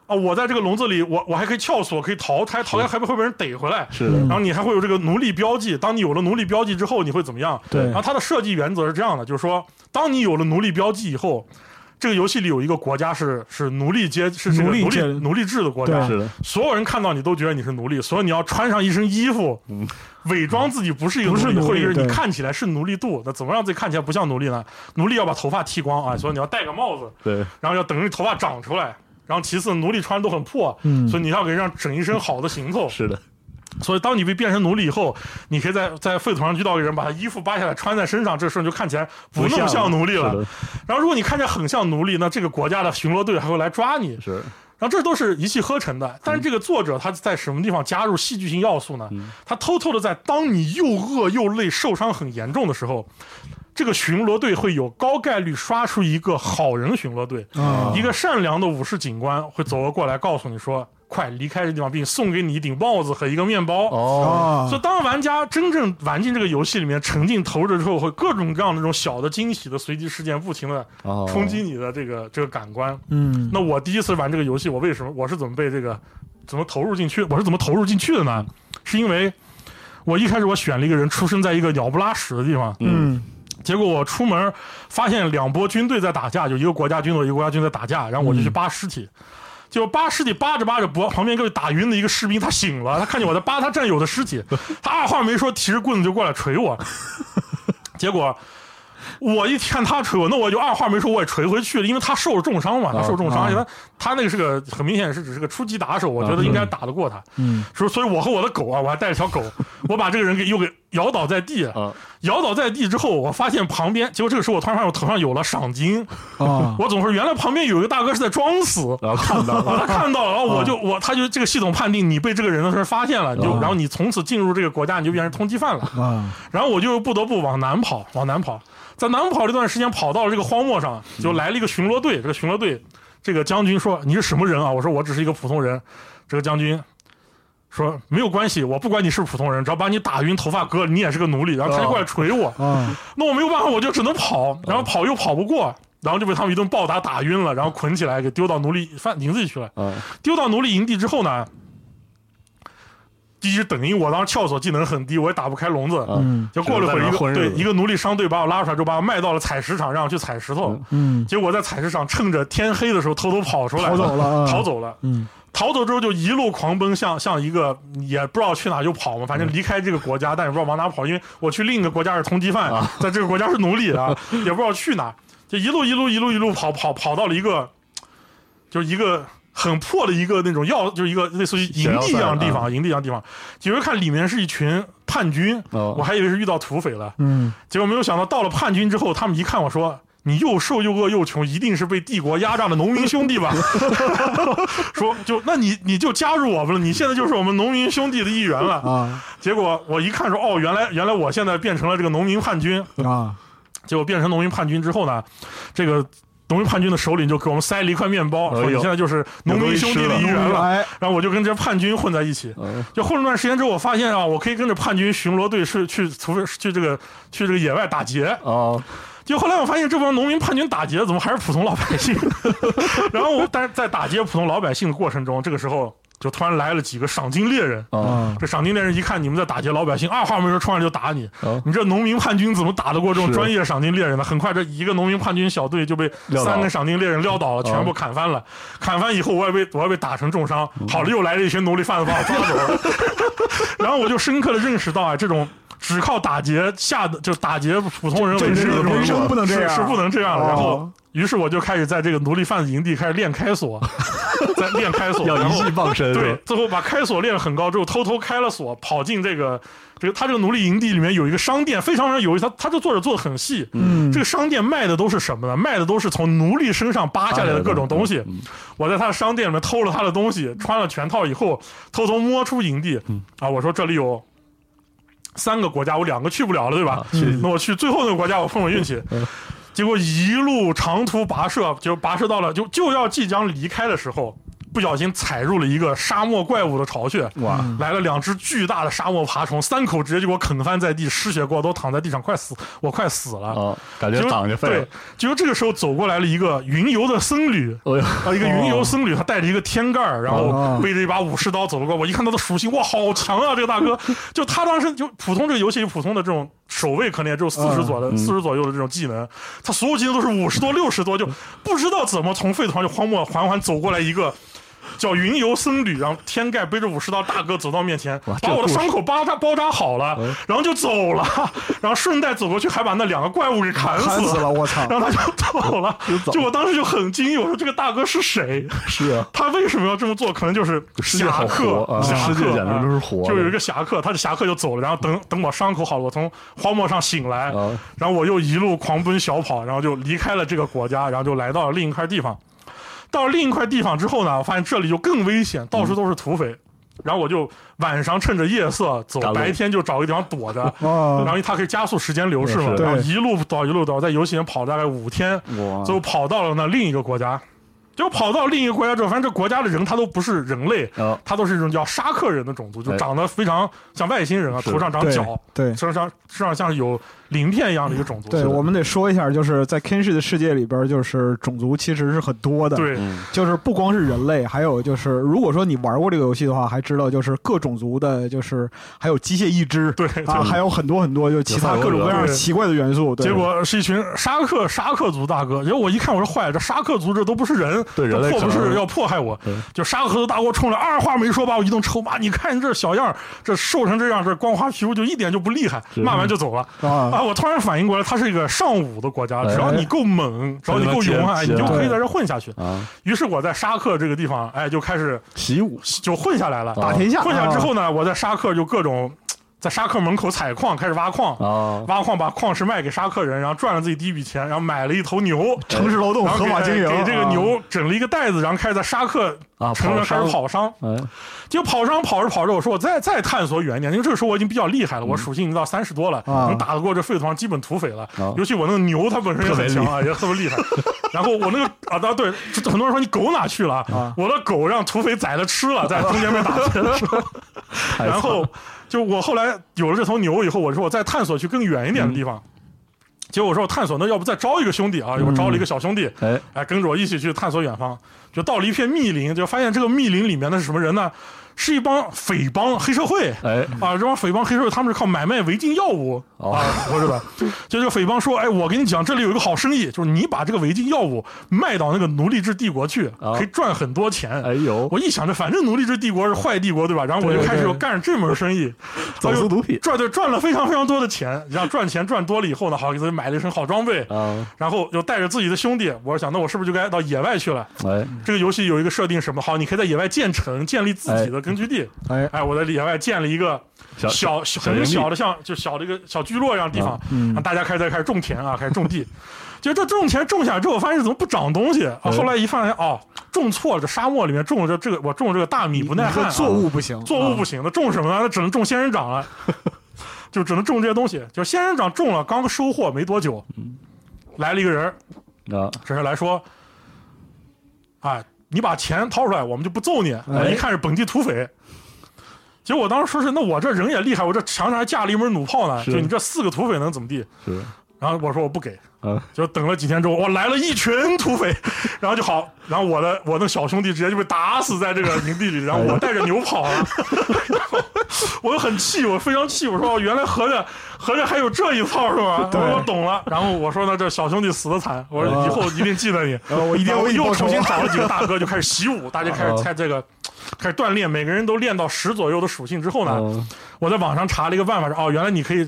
[SPEAKER 3] 我在这个笼子里，我我还可以撬锁，可以逃开，逃开还会被人逮回来。
[SPEAKER 1] 是的，
[SPEAKER 3] 然后你还会有这个奴隶标记，当你有了奴隶标记之后，你会怎么样？
[SPEAKER 2] 对
[SPEAKER 3] 然后它的设计原则是这样的，就是说，当你有了奴隶标记以后，这个游戏里有一个国家是是奴隶阶是是个
[SPEAKER 2] 奴
[SPEAKER 3] 奴
[SPEAKER 2] 隶
[SPEAKER 3] 隶
[SPEAKER 2] 制
[SPEAKER 3] 奴隶制的国家
[SPEAKER 2] 对，
[SPEAKER 1] 是的，
[SPEAKER 3] 所有人看到你都觉得你是奴隶，所以你要穿上一身衣服，伪装自己不是一个奴
[SPEAKER 2] 不是奴
[SPEAKER 3] 隶，
[SPEAKER 2] 隶
[SPEAKER 3] 或者是
[SPEAKER 2] 对
[SPEAKER 3] 你看起来是奴隶度。那怎么让自己看起来不像奴隶呢？奴隶要把头发剃光啊，所以你要戴个帽子，
[SPEAKER 1] 对，
[SPEAKER 3] 然后要等着头发长出来。然后其次，奴隶穿都很破，
[SPEAKER 2] 嗯
[SPEAKER 3] 所以你要给让整一身好的行头。
[SPEAKER 1] 是的，
[SPEAKER 3] 所以当你被变成奴隶以后，你可以在在废土上遇到一个人，把他衣服扒下来穿在身上，这时候你就看起来不那么像奴隶
[SPEAKER 1] 是
[SPEAKER 3] 了
[SPEAKER 1] 的。，
[SPEAKER 3] 然后如果你看起来很像奴隶，那这个国家的巡逻队还会来抓你。
[SPEAKER 1] 是
[SPEAKER 3] 然后这都是一气呵成的。
[SPEAKER 1] 嗯
[SPEAKER 3] 但是这个作者他在什么地方加入戏剧性要素呢？他偷偷的在当你又饿又累、受伤很严重的时候，这个巡逻队会有高概率刷出一个好人巡逻队，
[SPEAKER 2] 啊
[SPEAKER 3] 一个善良的武士警官会走过来告诉你说：“快离开这地方，并送给你一顶帽子和一个面包。”
[SPEAKER 1] 哦，
[SPEAKER 2] 啊
[SPEAKER 3] 所以，当玩家真正玩进这个游戏里面，沉浸投入之后，会各种各样的这种小的惊喜的随机事件，不停的
[SPEAKER 1] 哦
[SPEAKER 3] 冲击你的这个这个感官。
[SPEAKER 2] 嗯，
[SPEAKER 3] 那我第一次玩这个游戏，我为什么我是怎么被这个怎么投入进去？我是怎么投入进去的呢？是因为我一开始我选了一个人出生在一个鸟不拉屎的地方，
[SPEAKER 2] 嗯
[SPEAKER 3] 结果我出门发现两波军队在打架，有一个国家军队，有一个国家军队在打架，然后我就去扒尸体。结果扒尸体扒着扒着，脖旁边一个打晕的一个士兵，他醒了，他看见我在扒他战友的尸体，他二话没说，提着棍子就过来捶 我。结果我一看他捶我，那我就二话没说，我也捶回去了，因为他受了重伤嘛，他受重伤，
[SPEAKER 2] 啊
[SPEAKER 3] 而且他他那个是个很明显是只是个初级打手，我觉得应该打得过他。
[SPEAKER 2] 嗯，
[SPEAKER 3] 说，所以我和我的狗啊，我还带着小狗，我把这个人给又给摇倒在地，
[SPEAKER 1] 啊，
[SPEAKER 3] 摇倒在地之后，我发现旁边，结果这个时候我突然发现我头上有了赏金，
[SPEAKER 2] 啊，
[SPEAKER 3] 我总是原来旁边有一个大哥是在装死。
[SPEAKER 1] 然后看到
[SPEAKER 3] 把
[SPEAKER 1] 了，嗯
[SPEAKER 3] 他看到了，然后我就我他就这个系统判定你被这个人的时候发现了，你就
[SPEAKER 2] 啊
[SPEAKER 3] 然后你从此进入这个国家，你就变成通缉犯了。
[SPEAKER 2] 啊，
[SPEAKER 3] 然后我就不得不往南跑，往南跑，在南跑这段时间跑到了这个荒漠上，就来了一个巡逻队。这个巡逻队，这个将军说：“你是什么人啊？”我说：“我只是一个普通人。”这个将军说：“没有关系，我不管你是不是普通人，只要把你打晕、头发割，你也是个奴隶。”然后他就过来捶我，
[SPEAKER 2] 啊，
[SPEAKER 3] 那我没有办法，我就只能
[SPEAKER 1] 嗯
[SPEAKER 3] 跑，然后跑又跑不过。然后就被他们一顿暴打，打晕了，然后捆起来，给丢到奴隶贩营地去了。
[SPEAKER 1] 啊，
[SPEAKER 3] 丢到奴隶营地之后呢，第一等于我当时撬锁技能很低，我也打不开笼子，
[SPEAKER 2] 嗯
[SPEAKER 3] 就过了
[SPEAKER 1] 只能在
[SPEAKER 3] 会儿，一
[SPEAKER 1] 那儿
[SPEAKER 3] 个
[SPEAKER 1] 混日
[SPEAKER 3] 对
[SPEAKER 1] 子
[SPEAKER 3] 一个奴隶商队把我拉出来，之后，把我卖到了采石场，让我去采石头。
[SPEAKER 2] 嗯，
[SPEAKER 3] 结果我在采石场趁着天黑的时候偷偷跑出来，
[SPEAKER 2] 逃走了啊
[SPEAKER 3] 逃走了。
[SPEAKER 2] 嗯，
[SPEAKER 3] 逃走之后就一路狂奔向，向一个也不知道去哪就跑嘛，
[SPEAKER 2] 嗯
[SPEAKER 3] 反正离开这个国家，但也不知道往哪跑，因为我去另一个国家是通缉犯，
[SPEAKER 2] 啊
[SPEAKER 3] 在这个国家是奴隶 啊，也不知道去哪，就一路一路一路一路跑跑跑到了一个，就是一个很破的一个那种药，就是一个类似于营地一样的地啊方，营地一样的地方，结果看里面是一群叛军，
[SPEAKER 1] 哦
[SPEAKER 3] 我还以为是遇到土匪了，
[SPEAKER 2] 嗯，
[SPEAKER 3] 结果没有想到，到了叛军之后，他们一看我说：“你又瘦又饿又穷，一定是被帝国压榨的农民兄弟吧？” 说就那你你就加入我们了，你现在就是我们农民兄弟的一员了。
[SPEAKER 2] 啊
[SPEAKER 3] 结果我一看说：“哦，原来原来 我现在变成了这个农民叛军。
[SPEAKER 2] 啊，”
[SPEAKER 3] 结果变成农民叛军之后呢，这个农民叛军的首领就给我们塞了一块面包，
[SPEAKER 1] 哎呦
[SPEAKER 3] 说你现在就是农民兄弟的一员了。
[SPEAKER 2] 哎，
[SPEAKER 3] 然后我就跟这叛军混在一起，
[SPEAKER 1] 呃
[SPEAKER 3] 就混了段时间之后，我发现啊，我可以跟着叛军巡逻队是去除去这个去这个野外打劫。
[SPEAKER 1] 哦，
[SPEAKER 3] 就后来我发现这帮农民叛军打劫怎么还是普通老百姓？ 然后我但是在打劫普通老百姓的过程中，这个时候就突然来了几个赏金猎人。
[SPEAKER 1] 哦，
[SPEAKER 2] 啊，
[SPEAKER 3] 这赏金猎人一看你们在打劫老百姓，二话没说冲上来就打你。
[SPEAKER 1] 哦
[SPEAKER 3] 你这农民叛军怎么打得过这种
[SPEAKER 2] 啊
[SPEAKER 1] 是
[SPEAKER 3] 专业赏金猎人呢？很快，这一个农民叛军小队就被
[SPEAKER 1] 撂倒
[SPEAKER 3] 三个赏金猎人撂倒了，全部砍翻了。
[SPEAKER 2] 哦
[SPEAKER 3] 砍翻以后，我也被我也被打成重伤。
[SPEAKER 2] 嗯
[SPEAKER 3] 好了，又来了一群奴隶贩子把我抓 走了。然后我就深刻的认识到啊，这种只靠打劫下的就打劫普通人为
[SPEAKER 2] 这
[SPEAKER 3] 生
[SPEAKER 2] 这
[SPEAKER 3] 的
[SPEAKER 2] 人生不能这样
[SPEAKER 3] 是是不能这样的。
[SPEAKER 2] 哦
[SPEAKER 3] 然后，于是我就开始在这个奴隶贩子营地开始练开 锁，在练开锁，
[SPEAKER 1] 要
[SPEAKER 3] 然
[SPEAKER 1] 一
[SPEAKER 3] 后
[SPEAKER 1] 技傍 身，
[SPEAKER 3] 对，，最后把开锁练得很高之后，偷偷开了锁，跑进这个这个他这个奴隶营地里面有一个商店，非常非常有意思。他他这作者做的很细，
[SPEAKER 2] 嗯
[SPEAKER 3] 这个商店卖的都是什么呢？卖的都是从奴隶身上扒下来的各种东西。我在他的商店里面偷了他的东西，穿了全套以后，偷偷摸出营地，啊，我说这里有。三个国家，我两个去不了了，对吧？那我去最后那个国家，我碰碰运气，结果一路长途跋涉，就跋涉到了就就要即将离开的时候，不小心踩入了一个沙漠怪物的巢穴，
[SPEAKER 1] 哇，
[SPEAKER 3] 来了两只巨大的沙漠爬虫，三口直接就给我啃翻在地，失血过多躺在地上，快死，我快死了。
[SPEAKER 1] 哦，感
[SPEAKER 3] 结
[SPEAKER 1] 觉
[SPEAKER 3] 果
[SPEAKER 1] 挡就废了
[SPEAKER 3] 对，，结果这个时候走过来了一个云游的僧侣，
[SPEAKER 1] 哎呦，
[SPEAKER 3] 啊，一个云游僧侣，他带着一个天盖儿，然后
[SPEAKER 2] 哦
[SPEAKER 3] 背着一把武士刀走了过来。我一看他的属性，哇，好强啊！这个大哥，就他当时就普通这个游戏普通的这种守卫，可能也只有四十左
[SPEAKER 1] 嗯
[SPEAKER 3] 右的四十左右的这种技能，他所有技能都是五十多、六十多，就不知道怎么从废土上就荒漠缓缓走过来一个。叫云游僧侣，然后天盖背着武士刀大哥走到面前
[SPEAKER 1] 哇，这
[SPEAKER 3] 把我的
[SPEAKER 1] 故事哎
[SPEAKER 3] 伤口包扎包扎好了，然后就走了，然后顺带走过去还把那两个怪物给砍
[SPEAKER 2] 砍死了，我操！
[SPEAKER 3] 然后他就走了
[SPEAKER 1] 就走，了
[SPEAKER 3] 就我当时就很惊异，我说这个大哥是谁？
[SPEAKER 1] 是啊，
[SPEAKER 3] 他为什么要这么做？可能就是
[SPEAKER 1] 世界好
[SPEAKER 3] 侠
[SPEAKER 1] 活
[SPEAKER 3] 客，
[SPEAKER 1] 啊，
[SPEAKER 3] 侠
[SPEAKER 1] 世界
[SPEAKER 3] 客啊
[SPEAKER 1] 简直都是活的，
[SPEAKER 3] 就有一个侠客，他是侠客就走了，然后等等我伤口好了，我从荒漠上醒来，
[SPEAKER 1] 啊，
[SPEAKER 3] 然后我又一路狂奔小跑，然后就离开了这个国家，然后就来到了另一块地方。到了另一块地方之后呢，我发现这里就更危险，到处
[SPEAKER 1] 嗯
[SPEAKER 3] 都是土匪。然后我就晚上趁着夜色走
[SPEAKER 1] 赶，路
[SPEAKER 3] 白天就找个地方躲着。然
[SPEAKER 2] 哦，
[SPEAKER 3] 后它可以加速时间流逝嘛，
[SPEAKER 1] 是
[SPEAKER 3] 然后
[SPEAKER 2] 对
[SPEAKER 3] 一路倒一路倒，在游戏里面跑大概五天，
[SPEAKER 1] 哇，
[SPEAKER 3] 最后跑到了那另一个国家。就跑到另一个国家之后，反正这国家的人他都不是人类，
[SPEAKER 1] 啊，
[SPEAKER 3] 他都是一种叫沙克人的种族，就
[SPEAKER 1] 哎
[SPEAKER 3] 长得非常像外星人啊，
[SPEAKER 1] 是
[SPEAKER 3] 头上长角，
[SPEAKER 2] 对对
[SPEAKER 3] 身上身上像有鳞片一样的一个种族。
[SPEAKER 2] 对，我们得说一下，就是在 Kenshi 的世界里边，就是种族其实是很多的，，
[SPEAKER 3] 对
[SPEAKER 1] 嗯，
[SPEAKER 2] 就是不光是人类，还有就是如果说你玩过这个游戏的话，还知道就是各种族的，就是还有机械意志，
[SPEAKER 3] 对
[SPEAKER 2] 啊，还有很多很多就其他各种各样
[SPEAKER 3] 对
[SPEAKER 2] 奇怪的元素，对
[SPEAKER 3] 结果是一群沙克沙克族大哥，结果我一看我说坏了，这沙克族这都不是人，
[SPEAKER 1] 对
[SPEAKER 3] 这
[SPEAKER 1] 人类
[SPEAKER 3] 迫不
[SPEAKER 1] 可
[SPEAKER 3] 是
[SPEAKER 1] 能
[SPEAKER 3] 要迫害我
[SPEAKER 1] 对，
[SPEAKER 3] 就沙克族大哥冲了，二话没说把我一顿抽骂，你看你这小样儿，这瘦成这样，这光滑皮肤就一点就不厉害，
[SPEAKER 1] 是
[SPEAKER 3] 骂完就走了。
[SPEAKER 2] 啊
[SPEAKER 3] 啊！我突然反应过来，他是一个上武的国家，
[SPEAKER 1] 哎
[SPEAKER 3] 只要你够猛，只要你够勇
[SPEAKER 1] 他
[SPEAKER 3] 悍，
[SPEAKER 1] 就
[SPEAKER 3] 你
[SPEAKER 1] 能接
[SPEAKER 3] 就可以
[SPEAKER 2] 对
[SPEAKER 3] 在这混下去。
[SPEAKER 1] 啊，
[SPEAKER 3] 于是我在沙克这个地方，哎，就开始
[SPEAKER 1] 习武
[SPEAKER 3] 就混下来了。
[SPEAKER 1] 打
[SPEAKER 2] 天下
[SPEAKER 3] 混下来之
[SPEAKER 2] 啊
[SPEAKER 3] 后呢，我在沙克就各种在沙克门口采矿，开始挖矿，
[SPEAKER 2] 哦
[SPEAKER 1] 啊，
[SPEAKER 3] 挖矿把矿石卖给沙克人，然后赚了自己第一笔钱，然后买了一头牛。
[SPEAKER 2] 城市劳动
[SPEAKER 3] 然后
[SPEAKER 2] 合
[SPEAKER 3] 给
[SPEAKER 2] 法经营，
[SPEAKER 3] 给这个
[SPEAKER 2] 啊
[SPEAKER 3] 牛整了一个袋子，然后开始在沙克
[SPEAKER 1] 啊
[SPEAKER 3] 城
[SPEAKER 1] 跑
[SPEAKER 3] 上开始
[SPEAKER 1] 商
[SPEAKER 3] 跑商，
[SPEAKER 1] 哎，
[SPEAKER 3] 结果跑商跑着跑着，我说我再再探索远一点，因为这个时候我已经比较厉害了，我属性已经到三十多了，
[SPEAKER 2] 啊
[SPEAKER 3] 能打得过这废土上基本土匪了。
[SPEAKER 1] 啊
[SPEAKER 3] 尤其我那个牛，它本身也很强啊，也特别厉害。 然后我那个啊，当然对，这很多人说你狗哪去了？
[SPEAKER 2] 啊
[SPEAKER 3] 我的狗让土匪宰了吃了，在中间被打劫的时候，
[SPEAKER 1] 太惨
[SPEAKER 3] 然
[SPEAKER 1] 了
[SPEAKER 3] 后就我后来有了这头牛以后，我说我再探索去更远一点的地方。结果我说我探索，那要不再招一个兄弟啊？我招了一个小兄弟，
[SPEAKER 1] 哎，
[SPEAKER 3] 哎，跟着我一起去探索远方，就到了一片密林，就发现这个密林里面的是什么人呢？是一帮匪帮黑社会。
[SPEAKER 1] 哎，
[SPEAKER 3] 啊，这帮匪帮黑社会他们是靠买卖违禁药物、
[SPEAKER 1] 哦
[SPEAKER 3] 啊活着的。就这个匪帮说：“哎，我跟你讲，这里有一个好生意，就是你把这个违禁药物卖到那个奴隶制帝国去，
[SPEAKER 1] 哦
[SPEAKER 3] 可以赚很多钱。
[SPEAKER 1] 哎呦，
[SPEAKER 3] 我一想，这反正奴隶制帝国是坏帝国，对吧？然后我就
[SPEAKER 2] 对
[SPEAKER 3] 开始
[SPEAKER 2] 对
[SPEAKER 3] 又干这门生意，哎
[SPEAKER 1] 走私毒品
[SPEAKER 3] 赚对赚了非常非常多的钱。然后赚钱赚多了以后呢，好给自己买了一身好装备，
[SPEAKER 1] 啊，
[SPEAKER 3] 然后又带着自己的兄弟，我想，那我是不是就该到野外去了？
[SPEAKER 1] 哎，
[SPEAKER 3] 这个游戏有一个设定，什么好？你可以在野外建城，建立自己的根据地。
[SPEAKER 2] 哎
[SPEAKER 3] 哎，我在野外建了一个
[SPEAKER 1] 小
[SPEAKER 3] 小小
[SPEAKER 1] 营
[SPEAKER 3] 很
[SPEAKER 1] 地
[SPEAKER 3] 小的像就小的一个小聚落一样的地方，
[SPEAKER 2] 嗯
[SPEAKER 3] 啊大家开始在开始种田啊，开始种地。就这种田种下来之后，发现怎么不长东西啊？
[SPEAKER 1] 哎
[SPEAKER 3] 后来一发现哦，种错了，这沙漠里面种了这这个我种了这个大米不耐旱
[SPEAKER 2] 你
[SPEAKER 3] 啊，
[SPEAKER 2] 这作物不行，
[SPEAKER 3] 作
[SPEAKER 1] 啊
[SPEAKER 3] 物不行的，种什么啊呢？那只能种仙人掌啊 了，就只能种这些东西。就仙人掌种了，刚收获没多久，来了一个人，
[SPEAKER 1] 啊，
[SPEAKER 3] 只是来说，哎，你把钱掏出来，我们就不揍你。
[SPEAKER 1] 哎
[SPEAKER 3] 一看是本地土匪。结果我当时说是，那我这人也厉害，我这墙上还架了一门弩炮呢。
[SPEAKER 1] 是
[SPEAKER 3] 就你这四个土匪能怎么地？
[SPEAKER 1] 是
[SPEAKER 3] 然后我说我不给，
[SPEAKER 1] 啊，
[SPEAKER 3] 就等了几天之后，我哦来了一群 土匪，然后就好，然后我的我的小兄弟直接就被打死在这个营地里，然后
[SPEAKER 1] 哎
[SPEAKER 3] 我带着牛跑 了，然后我就很气，我非常气，我说哦原来合着合着还有这一套是吧？我
[SPEAKER 1] 对
[SPEAKER 3] 说我懂了，然后我说呢这小兄弟死的惨，我说
[SPEAKER 1] 啊
[SPEAKER 3] 以后一定记得你，
[SPEAKER 1] 然后我一定
[SPEAKER 3] 然后
[SPEAKER 1] 为你
[SPEAKER 3] 又
[SPEAKER 1] 报
[SPEAKER 3] 重
[SPEAKER 1] 仇
[SPEAKER 3] 新找了几个大 哥就开始习武，大家开
[SPEAKER 1] 啊
[SPEAKER 3] 始开这个开始锻炼，每个人都练到十左右的属性之后呢，
[SPEAKER 1] 啊
[SPEAKER 3] 我在网上查了一个办法，哦，原来你可以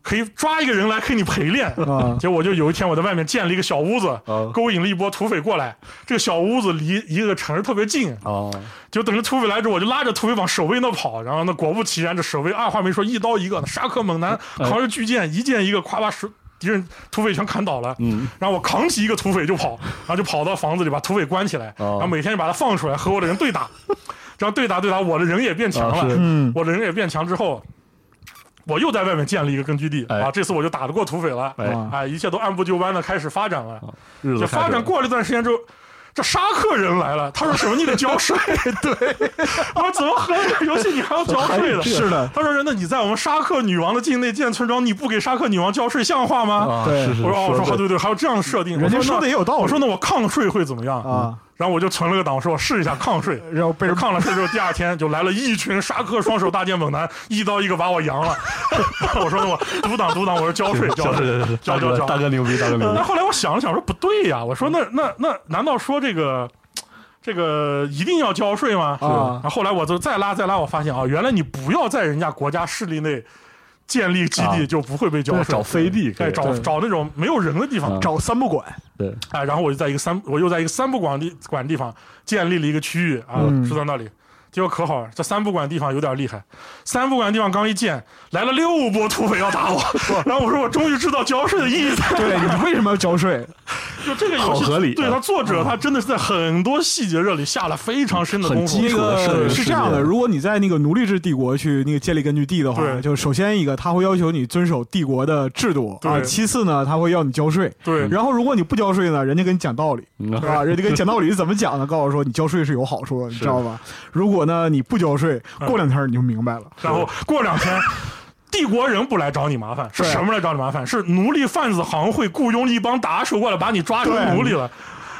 [SPEAKER 3] 可以抓一个人来给你陪练。
[SPEAKER 2] 啊
[SPEAKER 3] 结果我就有一天我在外面建了一个小屋子，
[SPEAKER 1] 啊
[SPEAKER 3] 勾引了一波土匪过来。这个小屋子离一个城市特别近，
[SPEAKER 1] 啊，
[SPEAKER 3] 就等着土匪来之后，我就拉着土匪往守卫那跑。然后呢，果不其然，这守卫二话没说，一刀一个，沙克猛男
[SPEAKER 1] 哎
[SPEAKER 3] 扛着巨剑，一剑一个，夸把手敌人土匪全砍倒了。
[SPEAKER 1] 嗯，
[SPEAKER 3] 然后我扛起一个土匪就跑，然后就跑到房子里把土匪关起来，
[SPEAKER 1] 哦
[SPEAKER 3] 然后每天就把他放出来和我的人对打，这样对打对打，我的人也变强
[SPEAKER 1] 啊
[SPEAKER 3] 了
[SPEAKER 1] 是，
[SPEAKER 2] 嗯
[SPEAKER 3] 我的人也变强之后，我又在外面建了一个根据地、
[SPEAKER 1] 哎
[SPEAKER 3] 啊，这次我就打得过土匪了，
[SPEAKER 1] 哎
[SPEAKER 2] 啊
[SPEAKER 3] 哎，一切都按部就班的开始发展了。
[SPEAKER 1] 日子
[SPEAKER 3] 就
[SPEAKER 1] 开
[SPEAKER 3] 发
[SPEAKER 1] 始
[SPEAKER 3] 展
[SPEAKER 1] 了
[SPEAKER 3] 过了一段时间之后。这沙克人来了，他说什么你得交税，对，我说怎么合这游戏你还要交税的？
[SPEAKER 1] 还是
[SPEAKER 2] 的
[SPEAKER 3] 他说那你在我们沙克女王的境内建村庄，你不给沙克女王交税像话吗？
[SPEAKER 1] 啊，
[SPEAKER 2] 对
[SPEAKER 1] 是是，
[SPEAKER 3] 我说哦，我说
[SPEAKER 1] 对
[SPEAKER 3] 好，对对，还有这样的设定。
[SPEAKER 2] 人家
[SPEAKER 3] 我
[SPEAKER 2] 说
[SPEAKER 3] 那
[SPEAKER 2] 的也有道理。
[SPEAKER 3] 我说那我抗税会怎么样？
[SPEAKER 2] 啊，
[SPEAKER 3] 然后我就存了个档，我说我试一下抗税。
[SPEAKER 2] 然后被
[SPEAKER 3] 就
[SPEAKER 2] 人
[SPEAKER 3] 抗了税之后，第二天就来了一群沙克双手大剑猛男，一刀一个把我扬了。 我说那我独挡独挡，我说 交税交
[SPEAKER 1] 对
[SPEAKER 3] 税
[SPEAKER 1] 对对，
[SPEAKER 3] 交
[SPEAKER 1] 大
[SPEAKER 3] 交
[SPEAKER 1] 哥
[SPEAKER 3] 交。
[SPEAKER 1] 大哥牛逼， 大哥牛
[SPEAKER 3] 但
[SPEAKER 1] 逼，
[SPEAKER 3] 后来我想了想，说不对呀，我说那那那难道说这个这个一定要交税吗？
[SPEAKER 2] 啊
[SPEAKER 3] 然后后来我就再拉再拉，我发现啊，原来你不要在人家国家势力内建立基地，
[SPEAKER 1] 啊
[SPEAKER 3] 就不会被交
[SPEAKER 1] 对
[SPEAKER 3] 税。
[SPEAKER 1] 找飞地可
[SPEAKER 3] 哎，
[SPEAKER 1] 以
[SPEAKER 3] 找
[SPEAKER 2] 对
[SPEAKER 3] 找那种没有人的地方
[SPEAKER 1] 啊，
[SPEAKER 2] 找三不管
[SPEAKER 1] 对，
[SPEAKER 3] 哎，然后我就在一个三，我又在一个三不管地管地方建立了一个区域啊，
[SPEAKER 2] 嗯
[SPEAKER 3] 是在那里。结果可好了，这三不管地方有点厉害。三不管地方刚一建，来了六波土匪要 打我，然后我说我终于知道交税的意义在哪儿。
[SPEAKER 2] 对你为什么要交税？
[SPEAKER 3] 就这个游戏
[SPEAKER 1] 好合理
[SPEAKER 3] 对
[SPEAKER 1] 啊
[SPEAKER 3] 他作者他真的是在很多细节这里下了非常深的
[SPEAKER 1] 很
[SPEAKER 3] 功夫。
[SPEAKER 1] 基
[SPEAKER 2] 那
[SPEAKER 1] 础的设
[SPEAKER 2] 个
[SPEAKER 1] 定
[SPEAKER 2] 是这样的，
[SPEAKER 1] 世界
[SPEAKER 2] 如果你在那个奴隶制帝国去那个建立根据地的话，
[SPEAKER 3] 对
[SPEAKER 2] 就首先一个，他会要求你遵守帝国的制度啊；
[SPEAKER 3] 对
[SPEAKER 2] 其次呢，他会要你交税。
[SPEAKER 3] 对，
[SPEAKER 2] 然后如果你不交税呢，人家跟你讲道理，
[SPEAKER 1] 嗯
[SPEAKER 2] 是吧？人家跟你讲道理是怎么讲呢？告诉说你交税是有好处的，你知道吧？如果呢你不交税，
[SPEAKER 3] 嗯
[SPEAKER 2] 过两天你就明白了。
[SPEAKER 3] 然后过 两天。帝国人不来找你麻烦，是
[SPEAKER 2] 对
[SPEAKER 3] 什么来找你麻烦？是奴隶贩子行会雇佣了一帮打手过来把你抓成
[SPEAKER 2] 对
[SPEAKER 3] 奴隶
[SPEAKER 1] 嗯
[SPEAKER 3] 了，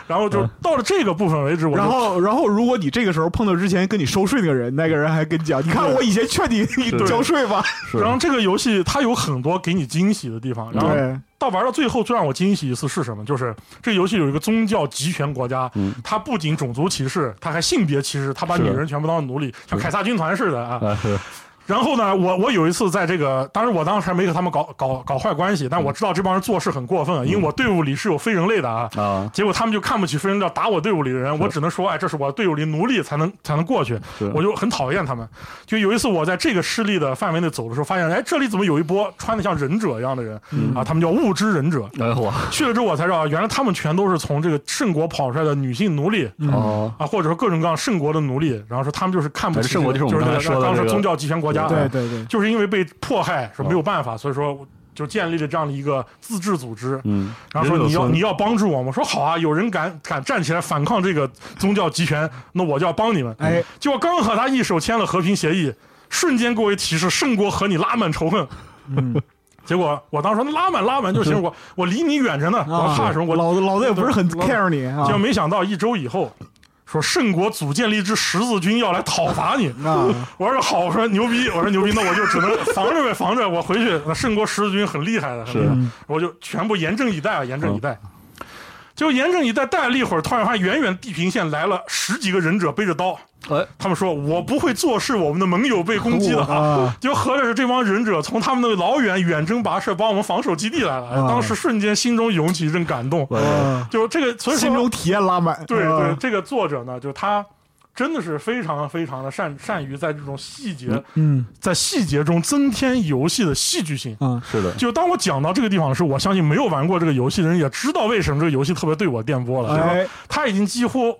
[SPEAKER 3] 然后就到了这个部分为止，我就
[SPEAKER 2] 然后，然后，如果你这个时候碰到之前跟你收税那个人，那个人还跟你讲：“你看，我以前劝你你
[SPEAKER 1] 对
[SPEAKER 2] 交税吧。
[SPEAKER 1] 是
[SPEAKER 3] 然后这个游戏它有很多给你惊喜的地方，”
[SPEAKER 1] 啊
[SPEAKER 3] 然后
[SPEAKER 2] 对，
[SPEAKER 3] 到玩到最后最让我惊喜一次是什么？就是这个游戏有一个宗教集权国家，
[SPEAKER 1] 嗯
[SPEAKER 3] 它不仅种族歧视，它还性别歧视，它把
[SPEAKER 1] 是
[SPEAKER 3] 女人全部当奴隶，像凯撒军团似的啊。
[SPEAKER 1] 啊是
[SPEAKER 3] 然后呢，我我有一次在这个，当然我当时还没和他们搞搞搞坏关系，但我知道这帮人做事很过分，啊，因为我队伍里是有非人类的啊。
[SPEAKER 1] 啊，
[SPEAKER 3] 结果他们就看不起非人类，打我队伍里的人，我只能说，哎，这是我队伍里奴隶才能才能过去。
[SPEAKER 1] 是
[SPEAKER 3] 我就很讨厌他们。就有一次我在这个势力的范围内走的时候，发现哎，这里怎么有一波穿的像忍者一样的人、啊？他们叫物之忍者。
[SPEAKER 1] 嗯哎我
[SPEAKER 3] 去了之后我才知道，原来他们全都是从这个圣国跑出来的女性奴隶。
[SPEAKER 1] 哦
[SPEAKER 3] 啊，或者说各种各样圣国的奴隶，然后说他们就是看不起
[SPEAKER 1] 对圣国就是我们
[SPEAKER 3] 那
[SPEAKER 1] 刚
[SPEAKER 3] 个
[SPEAKER 1] 才说的
[SPEAKER 3] 当时
[SPEAKER 1] 这个
[SPEAKER 3] 宗教集权国家，啊
[SPEAKER 2] 对，对对，
[SPEAKER 3] 就是因为被迫害，说没有办法，所以说就建立了这样的一个自治组织。
[SPEAKER 1] 嗯，
[SPEAKER 3] 然后说你
[SPEAKER 1] 人有
[SPEAKER 3] 要
[SPEAKER 1] 村
[SPEAKER 3] 你要帮助我们，我说好啊，有人敢敢站起来反抗这个宗教集权，那我就要帮你们。
[SPEAKER 2] 哎，
[SPEAKER 3] 结果刚和他一手签了和平协议，瞬间给我一提示，圣国和你拉满仇恨。
[SPEAKER 2] 嗯，
[SPEAKER 3] 结果我当时说拉满拉满 就行，我我离你远着呢，我怕什么？我
[SPEAKER 2] 啊老子老子也不是很
[SPEAKER 3] 老
[SPEAKER 2] care 你啊
[SPEAKER 3] 结果没想到一周以后，说圣国组建了一支十字军要来讨伐你。
[SPEAKER 2] 啊，
[SPEAKER 3] 我说好，我说牛逼，我说牛逼，那我就只能防着呗，防着。我回去，那圣国十字军很厉害的，很厉害
[SPEAKER 2] 嗯
[SPEAKER 3] 我就全部严阵以待啊，严阵以待。结果严阵以待，待了一会儿，突然发现远远地平线来了十几个忍者，背着刀。
[SPEAKER 1] 哎
[SPEAKER 3] 他们说：“我不会做事，我们的盟友被攻击了。”
[SPEAKER 2] 啊
[SPEAKER 3] 就合着是这帮忍者从他们的老远远征跋涉，帮我们防守基地来了。哎
[SPEAKER 2] 啊
[SPEAKER 3] 当时瞬间心中涌起一阵感动，
[SPEAKER 1] 我
[SPEAKER 3] 就这个，所以说
[SPEAKER 2] 心中体验拉满。
[SPEAKER 3] 对对，
[SPEAKER 2] 啊，
[SPEAKER 3] 这个作者呢，就他真的是非常非常的善善于在这种细节，
[SPEAKER 2] 嗯
[SPEAKER 3] 在细节中增添游戏的戏剧性。
[SPEAKER 2] 啊，
[SPEAKER 1] 是的，
[SPEAKER 3] 就当我讲到这个地方的时候，我相信没有玩过这个游戏的人也知道为什么这个游戏特别对我电波了。就是
[SPEAKER 2] 哎
[SPEAKER 3] 他已经几乎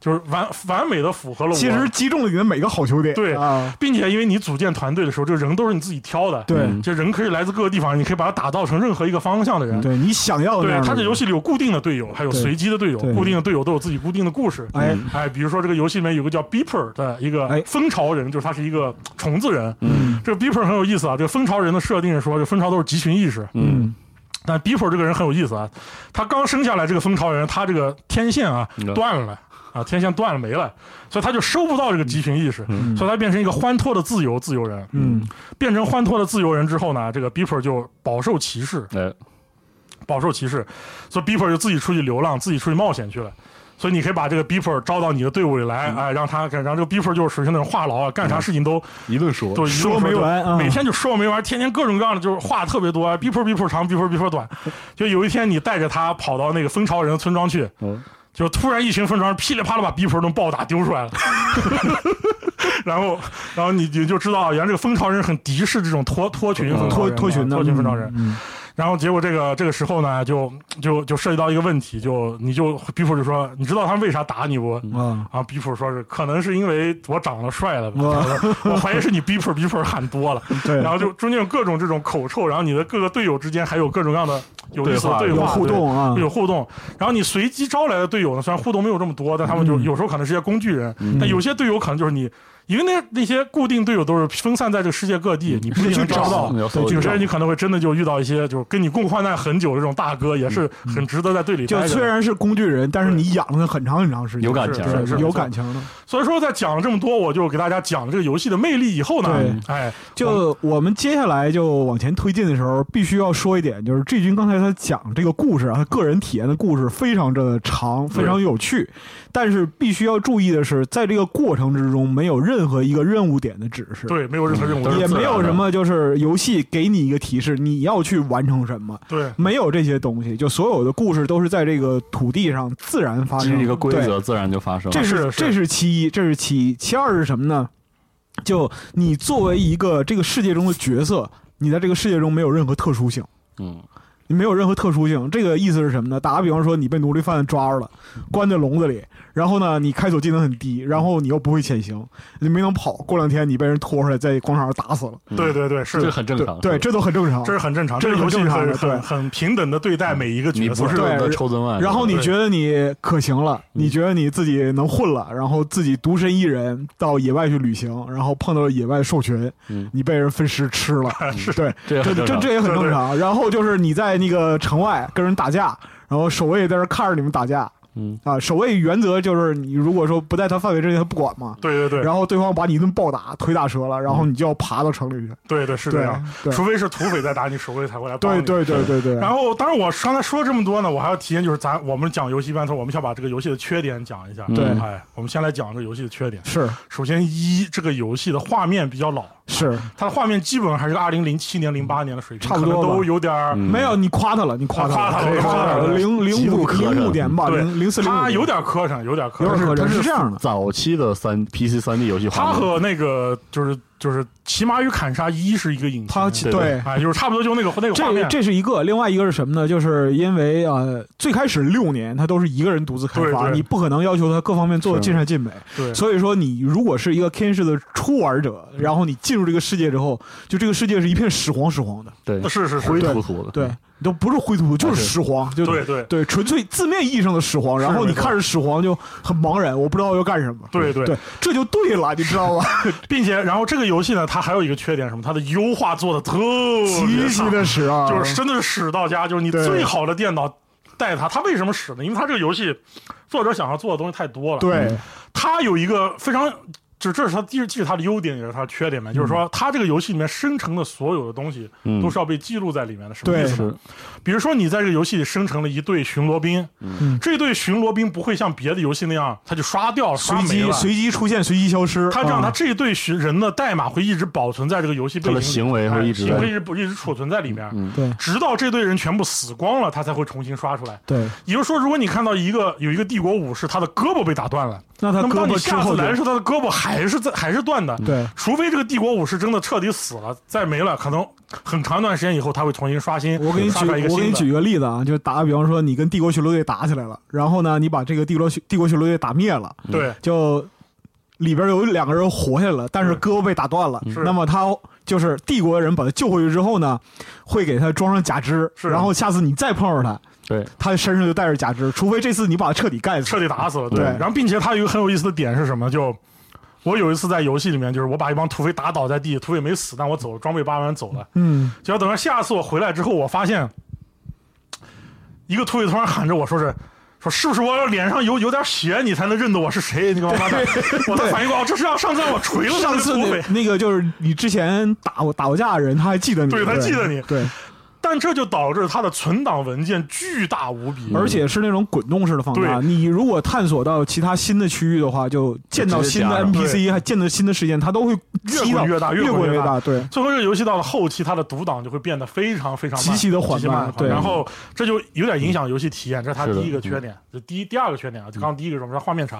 [SPEAKER 3] 就是完完美的符合了我。
[SPEAKER 2] 其实击中了你的每个好球点。
[SPEAKER 3] 对
[SPEAKER 2] 啊，
[SPEAKER 3] 并且因为你组建团队的时候，这人都是你自己挑的，
[SPEAKER 2] 对
[SPEAKER 1] 嗯
[SPEAKER 3] 这人可以来自各个地方，你可以把他打造成任何一个方向的人。
[SPEAKER 2] 对你想要的那
[SPEAKER 3] 嗯对，
[SPEAKER 2] 样的
[SPEAKER 3] 它这
[SPEAKER 2] 人
[SPEAKER 3] 游戏里有固定的队友，还有
[SPEAKER 2] 对
[SPEAKER 3] 随机的队友
[SPEAKER 2] 对，
[SPEAKER 3] 固定的队友都有自己固定的故事。
[SPEAKER 2] 哎
[SPEAKER 3] 哎，比如说这个游戏里面有个叫 Beeper 的一个
[SPEAKER 2] 哎
[SPEAKER 3] 蜂巢人，就是他是一个虫子人。
[SPEAKER 1] 嗯
[SPEAKER 3] 这个 Beeper 很有意思啊，这个蜂巢人的设定说，这蜂巢都是集群意识。
[SPEAKER 1] 嗯
[SPEAKER 3] 但 Beeper 这个人很有意思啊，他刚生下来这个蜂巢人，他这个天线啊
[SPEAKER 1] 嗯
[SPEAKER 3] 断了啊，天线断了没了，所以他就收不到这个集群意识，
[SPEAKER 1] 嗯
[SPEAKER 3] 所以他变成一个欢脱的自由自由人。
[SPEAKER 2] 嗯
[SPEAKER 3] 变成欢脱的自由人之后呢，这个 Beeper 就饱受歧视，
[SPEAKER 1] 哎
[SPEAKER 3] 饱受歧视，所以 Beeper 就自己出去流浪，自己出去冒险去了。所以你可以把这个 Beeper 招到你的队伍里
[SPEAKER 2] 嗯
[SPEAKER 3] 来，哎，让他让这个 Beeper 就是属于那种话痨啊，干啥事情都
[SPEAKER 1] 一顿说，
[SPEAKER 3] 都一路
[SPEAKER 2] 说没完啊
[SPEAKER 3] 每天就说没完，天天各种各样的就是话特别多啊，Beeper Beeper 长，Beeper Beeper 短。就有一天你带着他跑到那个蜂巢人的村庄去，
[SPEAKER 1] 嗯
[SPEAKER 3] 就突然一群蜂巢人噼里啪啦把 Beeper 都暴打丢出来了。 然后，然后你你就知道，原来这个蜂巢人很敌视这种脱脱群蜂
[SPEAKER 2] 嗯脱
[SPEAKER 3] 巢人啊
[SPEAKER 2] 脱群的
[SPEAKER 3] 脱群蜂巢人。
[SPEAKER 2] 嗯
[SPEAKER 3] 然后结果这个这个时候呢，就就就涉及到一个问题，就你就 b 普就说，你知道他们为啥打你不？
[SPEAKER 2] 嗯啊，
[SPEAKER 3] 啊，B 普说是可能是因为我长得帅了吧，
[SPEAKER 2] 哇
[SPEAKER 3] 我怀疑是你 B 普 B 普喊多了，
[SPEAKER 2] 嗯 对，
[SPEAKER 3] 然后就中间有各种这种口臭，然后你的各个队友之间还有各种各样的有意思的
[SPEAKER 1] 对
[SPEAKER 3] 对
[SPEAKER 1] 话
[SPEAKER 2] 有
[SPEAKER 3] 话
[SPEAKER 2] 互
[SPEAKER 3] 对
[SPEAKER 2] 动啊，
[SPEAKER 3] 有互动，然后你随机招来的队友呢，虽然互动没有这么多，但他们就
[SPEAKER 2] 嗯
[SPEAKER 3] 有时候可能是一些工具人，但有些队友可能就是你，因为那那些固定队友都是分散在这个世界各
[SPEAKER 2] 嗯
[SPEAKER 3] 地，你不一定能招到
[SPEAKER 1] 你。要搜
[SPEAKER 2] 对
[SPEAKER 1] 一
[SPEAKER 3] 有
[SPEAKER 1] 找
[SPEAKER 3] 些人你可能会真的就遇到一些就是跟你共患难很久的这种大哥，也是很值得在队里待
[SPEAKER 2] 嗯就
[SPEAKER 3] 着。
[SPEAKER 2] 虽然是工具人，但是你养了他很长很长时间，
[SPEAKER 1] 有感情
[SPEAKER 3] 是
[SPEAKER 2] 对
[SPEAKER 3] 是
[SPEAKER 2] 有
[SPEAKER 3] 没错
[SPEAKER 2] 感情的。
[SPEAKER 3] 所以说，在讲了这么多，我就给大家讲了这个游戏的魅力以后呢，哎，
[SPEAKER 2] 就我们接下来就往前推进的时候，必须要说一点，就是志军刚才他讲这个故事啊，他个人体验的故事非常的长，非常有趣。但是必须要注意的是，在这个过程之中，没有任何一个任务点的指示，
[SPEAKER 3] 对，没有任何任务，
[SPEAKER 1] 嗯
[SPEAKER 2] 也没
[SPEAKER 1] 自然
[SPEAKER 2] 有
[SPEAKER 1] 的
[SPEAKER 2] 什么就是游戏给你一个提示，你要去完成什么，
[SPEAKER 3] 对，
[SPEAKER 2] 没有这些东西。就所有的故事都是在这个土地上自然发
[SPEAKER 1] 这是
[SPEAKER 2] 生，
[SPEAKER 1] 一个规
[SPEAKER 2] 对
[SPEAKER 1] 则，自然就发生了。
[SPEAKER 2] 这是
[SPEAKER 3] 啊是是
[SPEAKER 2] 这是其一，这是其一，其二是什么呢？就你作为一个这个世界中的角色，你在这个世界中没有任何特殊性，
[SPEAKER 1] 嗯
[SPEAKER 2] 你没有任何特殊性。这个意思是什么呢？打个比方说，你被奴隶贩抓着了，关在笼子里，然后呢，你开锁技能很低，然后你又不会潜行，你没能跑，过两天你被人拖出来在广场上打死了，
[SPEAKER 1] 嗯
[SPEAKER 3] 对对对，是
[SPEAKER 1] 这
[SPEAKER 3] 的，
[SPEAKER 1] 很正常。
[SPEAKER 2] 对，
[SPEAKER 1] 是
[SPEAKER 2] 这都很正常
[SPEAKER 3] 这。是很正常，
[SPEAKER 2] 这是
[SPEAKER 3] 个游
[SPEAKER 2] 很
[SPEAKER 3] 戏
[SPEAKER 2] 正常的
[SPEAKER 3] 是很
[SPEAKER 2] 对嗯
[SPEAKER 3] 很平等的对待每一个
[SPEAKER 1] 嗯你
[SPEAKER 3] 角色，
[SPEAKER 1] 不是
[SPEAKER 2] 对
[SPEAKER 1] 在抽
[SPEAKER 3] 啊
[SPEAKER 1] 真万，
[SPEAKER 2] 然后你
[SPEAKER 3] 对
[SPEAKER 2] 觉得你可行了，你觉得你自己能混了，然后自己独身一人到野外去旅行，然后碰到了野外兽群，
[SPEAKER 1] 嗯
[SPEAKER 2] 你被人分尸吃 了，对，
[SPEAKER 1] 这也很
[SPEAKER 2] 这
[SPEAKER 1] 正
[SPEAKER 2] 这
[SPEAKER 1] 常
[SPEAKER 2] 这也很
[SPEAKER 3] 对
[SPEAKER 2] 正
[SPEAKER 3] 对
[SPEAKER 2] 常。然后就是你在那个城外跟人打架，然后守卫在那看着你们打架
[SPEAKER 1] 嗯
[SPEAKER 2] 啊，守卫原则就是你如果说不在他范围之内，他不管嘛。
[SPEAKER 3] 对对对
[SPEAKER 2] 然后对方把你一顿暴打，腿打折了，然后你就要爬到城里去。
[SPEAKER 3] 对对是这
[SPEAKER 2] 对
[SPEAKER 3] 样，
[SPEAKER 2] 对
[SPEAKER 3] 除非是土匪在打你，守卫才会来帮
[SPEAKER 2] 对
[SPEAKER 3] 你。
[SPEAKER 2] 对对对对。
[SPEAKER 3] 然后，当然我刚才说了这么多呢，我还要提前就是咱我们讲游戏半透，我们想把这个游戏的缺点讲一下。
[SPEAKER 1] 对
[SPEAKER 3] 哎，我们先来讲这个游戏的缺点。
[SPEAKER 2] 是
[SPEAKER 3] 首先一，这个游戏的画面比较老，
[SPEAKER 2] 是
[SPEAKER 3] 它的画面基本上还是个二零零七年、零八年的水平，
[SPEAKER 2] 差不多吧
[SPEAKER 3] 可能都有点儿。
[SPEAKER 1] 嗯
[SPEAKER 2] 没有，你夸他了，你夸
[SPEAKER 3] 夸
[SPEAKER 2] 他
[SPEAKER 3] 他了
[SPEAKER 2] 了，
[SPEAKER 3] 夸他了
[SPEAKER 2] 零
[SPEAKER 1] 极
[SPEAKER 2] 零
[SPEAKER 1] 度
[SPEAKER 2] 五
[SPEAKER 1] 磕碜
[SPEAKER 2] 零五年吧，
[SPEAKER 3] 对
[SPEAKER 2] 零零四零
[SPEAKER 3] 它有点磕碜，有点磕
[SPEAKER 2] 有点
[SPEAKER 3] 碜。
[SPEAKER 2] 可
[SPEAKER 1] 它
[SPEAKER 2] 能
[SPEAKER 1] 是
[SPEAKER 2] 是这样的，
[SPEAKER 1] 早期的三 PC 三 D 游戏画
[SPEAKER 3] 它
[SPEAKER 1] 面，
[SPEAKER 3] 和那个就是就是《骑马与砍杀一》是一个影
[SPEAKER 2] 他
[SPEAKER 3] 集，
[SPEAKER 1] 对
[SPEAKER 2] 对。
[SPEAKER 3] 哎，就是差不多就那个那个画
[SPEAKER 2] 这
[SPEAKER 3] 面。
[SPEAKER 2] 这是一个，另外一个是什么呢？就是因为呃，最开始六年他都是一个人独自开
[SPEAKER 3] 对
[SPEAKER 2] 发，
[SPEAKER 3] 对
[SPEAKER 2] 你不可能要求他各方面做的尽善尽美。
[SPEAKER 3] 对
[SPEAKER 2] 所以说，你如果是一个天使的初玩者，然后你进入这个世界之后，就这个世界是一片屎黄屎黄的，
[SPEAKER 1] 对
[SPEAKER 3] 是是
[SPEAKER 1] 灰
[SPEAKER 3] 是，
[SPEAKER 1] 秃秃的，
[SPEAKER 2] 对，都不是灰秃秃，就是
[SPEAKER 1] 是
[SPEAKER 2] 屎黄，就
[SPEAKER 3] 对对
[SPEAKER 2] 对，纯粹字面意义上的屎黄。然后
[SPEAKER 3] 是
[SPEAKER 2] 你
[SPEAKER 3] 没错
[SPEAKER 2] 看着屎黄就很茫然，我不知道要干什么。
[SPEAKER 3] 对对
[SPEAKER 2] 对，这就对了，你知道 吗？
[SPEAKER 3] 并且然后这个游戏呢，它还有一个缺点什么？它的优化做的特别
[SPEAKER 2] 极其
[SPEAKER 3] 差
[SPEAKER 2] 的屎啊，
[SPEAKER 3] 就是真的是屎到家，就是你
[SPEAKER 2] 对
[SPEAKER 3] 最好的电脑带它，它为什么屎呢？因为它这个游戏作者想要做的东西太多了。，
[SPEAKER 2] 对，
[SPEAKER 3] 它有一个非常。就这是它，既既是它的优点，也是它的缺点嘛。就是说，它这个游戏里面生成的所有的东西，
[SPEAKER 1] 嗯
[SPEAKER 3] 都是要被记录在里面的。什么意
[SPEAKER 2] 对
[SPEAKER 3] 思呢？比如说，你在这个游戏里生成了一队巡逻兵，
[SPEAKER 2] 嗯
[SPEAKER 3] 这队巡逻兵不会像别的游戏那样，它就刷掉、刷
[SPEAKER 2] 随
[SPEAKER 3] 没
[SPEAKER 2] 机
[SPEAKER 3] 了。
[SPEAKER 2] 随机出现，随机消失。
[SPEAKER 3] 它这样，
[SPEAKER 2] 啊
[SPEAKER 3] 它这一队巡人的代码会一直保存在这个游戏背
[SPEAKER 1] 嗯他的
[SPEAKER 3] 景里，
[SPEAKER 1] 行为会一直
[SPEAKER 3] 哎
[SPEAKER 1] 在嗯
[SPEAKER 3] 会一直不一直储存在里面。
[SPEAKER 2] 对
[SPEAKER 3] 直到这队人全部死光了，他才会重新刷出来。
[SPEAKER 2] 对，
[SPEAKER 3] 也就是说，如果你看到一个有一个帝国武士，他的胳膊被打断了，
[SPEAKER 2] 那他
[SPEAKER 3] 那么
[SPEAKER 2] 胳
[SPEAKER 3] 当你
[SPEAKER 2] 膊之
[SPEAKER 3] 下次
[SPEAKER 2] 后就
[SPEAKER 3] 来的时候，他的胳膊还还是在还是断的，
[SPEAKER 2] 对，
[SPEAKER 3] 除非这个帝国武士真的彻底死了，再没了，可能很长一段时间以后他会重新刷新，
[SPEAKER 2] 我给你
[SPEAKER 3] 刷
[SPEAKER 2] 举，
[SPEAKER 3] 出来一个
[SPEAKER 2] 我给
[SPEAKER 3] 新
[SPEAKER 2] 你
[SPEAKER 3] 的。
[SPEAKER 2] 举个例子啊，就打个比方说，你跟帝国巡逻队打起来了，然后呢，你把这个帝国巡帝国巡逻队打灭了，
[SPEAKER 3] 对，
[SPEAKER 2] 就里边有两个人活下来了，但是
[SPEAKER 3] 是嗯
[SPEAKER 2] 胳膊被打断了
[SPEAKER 3] 是。
[SPEAKER 2] 那么他就是帝国人把他救回去之后呢，会给他装上假肢，
[SPEAKER 3] 是
[SPEAKER 2] 然后下次你再碰上他，
[SPEAKER 1] 对，
[SPEAKER 2] 他身上就带着假肢，除非这次你把他彻底干死。
[SPEAKER 3] 彻底打死了。
[SPEAKER 2] 对
[SPEAKER 3] 然后并且它有一个很有意思的点是什么？就我有一次在游戏里面，就是我把一帮土匪打倒在地，土匪没死，但我走了，装备扒完走了。
[SPEAKER 2] 嗯，
[SPEAKER 3] 结果等到下次我回来之后，我发现一个土匪突然喊着我说是。说是不是我脸上有有点血，你才能认得我是谁？你个王八蛋！我才反应过来，哦这是要上次让我锤了他
[SPEAKER 2] 上
[SPEAKER 3] 那个
[SPEAKER 2] 次
[SPEAKER 3] 土匪
[SPEAKER 2] 那，那个就是你之前打我打过架的人，他还记得你，
[SPEAKER 3] 对他记得你
[SPEAKER 2] 对，
[SPEAKER 3] 但这就导致它的存档文件巨大无
[SPEAKER 1] 嗯
[SPEAKER 3] 比，
[SPEAKER 2] 而且是那种滚动式的放大。
[SPEAKER 3] 对
[SPEAKER 2] 你如果探索到其他新的区域的话，就见到新的
[SPEAKER 3] 直接加上
[SPEAKER 2] NPC，还见到新的事件，它都会
[SPEAKER 3] 越
[SPEAKER 2] 激
[SPEAKER 3] 滚
[SPEAKER 2] 到
[SPEAKER 3] 越大，
[SPEAKER 2] 越
[SPEAKER 3] 滚
[SPEAKER 2] 越
[SPEAKER 3] 越
[SPEAKER 2] 大。对，
[SPEAKER 3] 最后这个游戏到了后期，它的读档就会变得非常非常慢
[SPEAKER 2] 极其地缓慢
[SPEAKER 3] 极其慢
[SPEAKER 2] 对
[SPEAKER 3] 然后这就有点影响游戏体验，这是它
[SPEAKER 1] 是的
[SPEAKER 3] 第一个缺点。
[SPEAKER 2] 嗯
[SPEAKER 3] 这第一第二个缺点啊，就刚刚第一个是我们说画面差，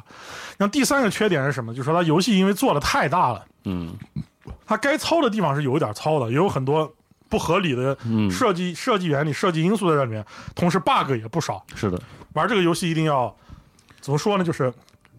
[SPEAKER 3] 然后第三个缺点是什么？就是说它游戏因为做的太大了，
[SPEAKER 1] 嗯
[SPEAKER 3] 它该糙的地方是有一点糙的，也有很多不合理的
[SPEAKER 1] 嗯，
[SPEAKER 3] 设计设计原理、设计因素在这里面，同时 bug 也不少。
[SPEAKER 1] 是的，
[SPEAKER 3] 玩这个游戏一定要怎么说呢？就是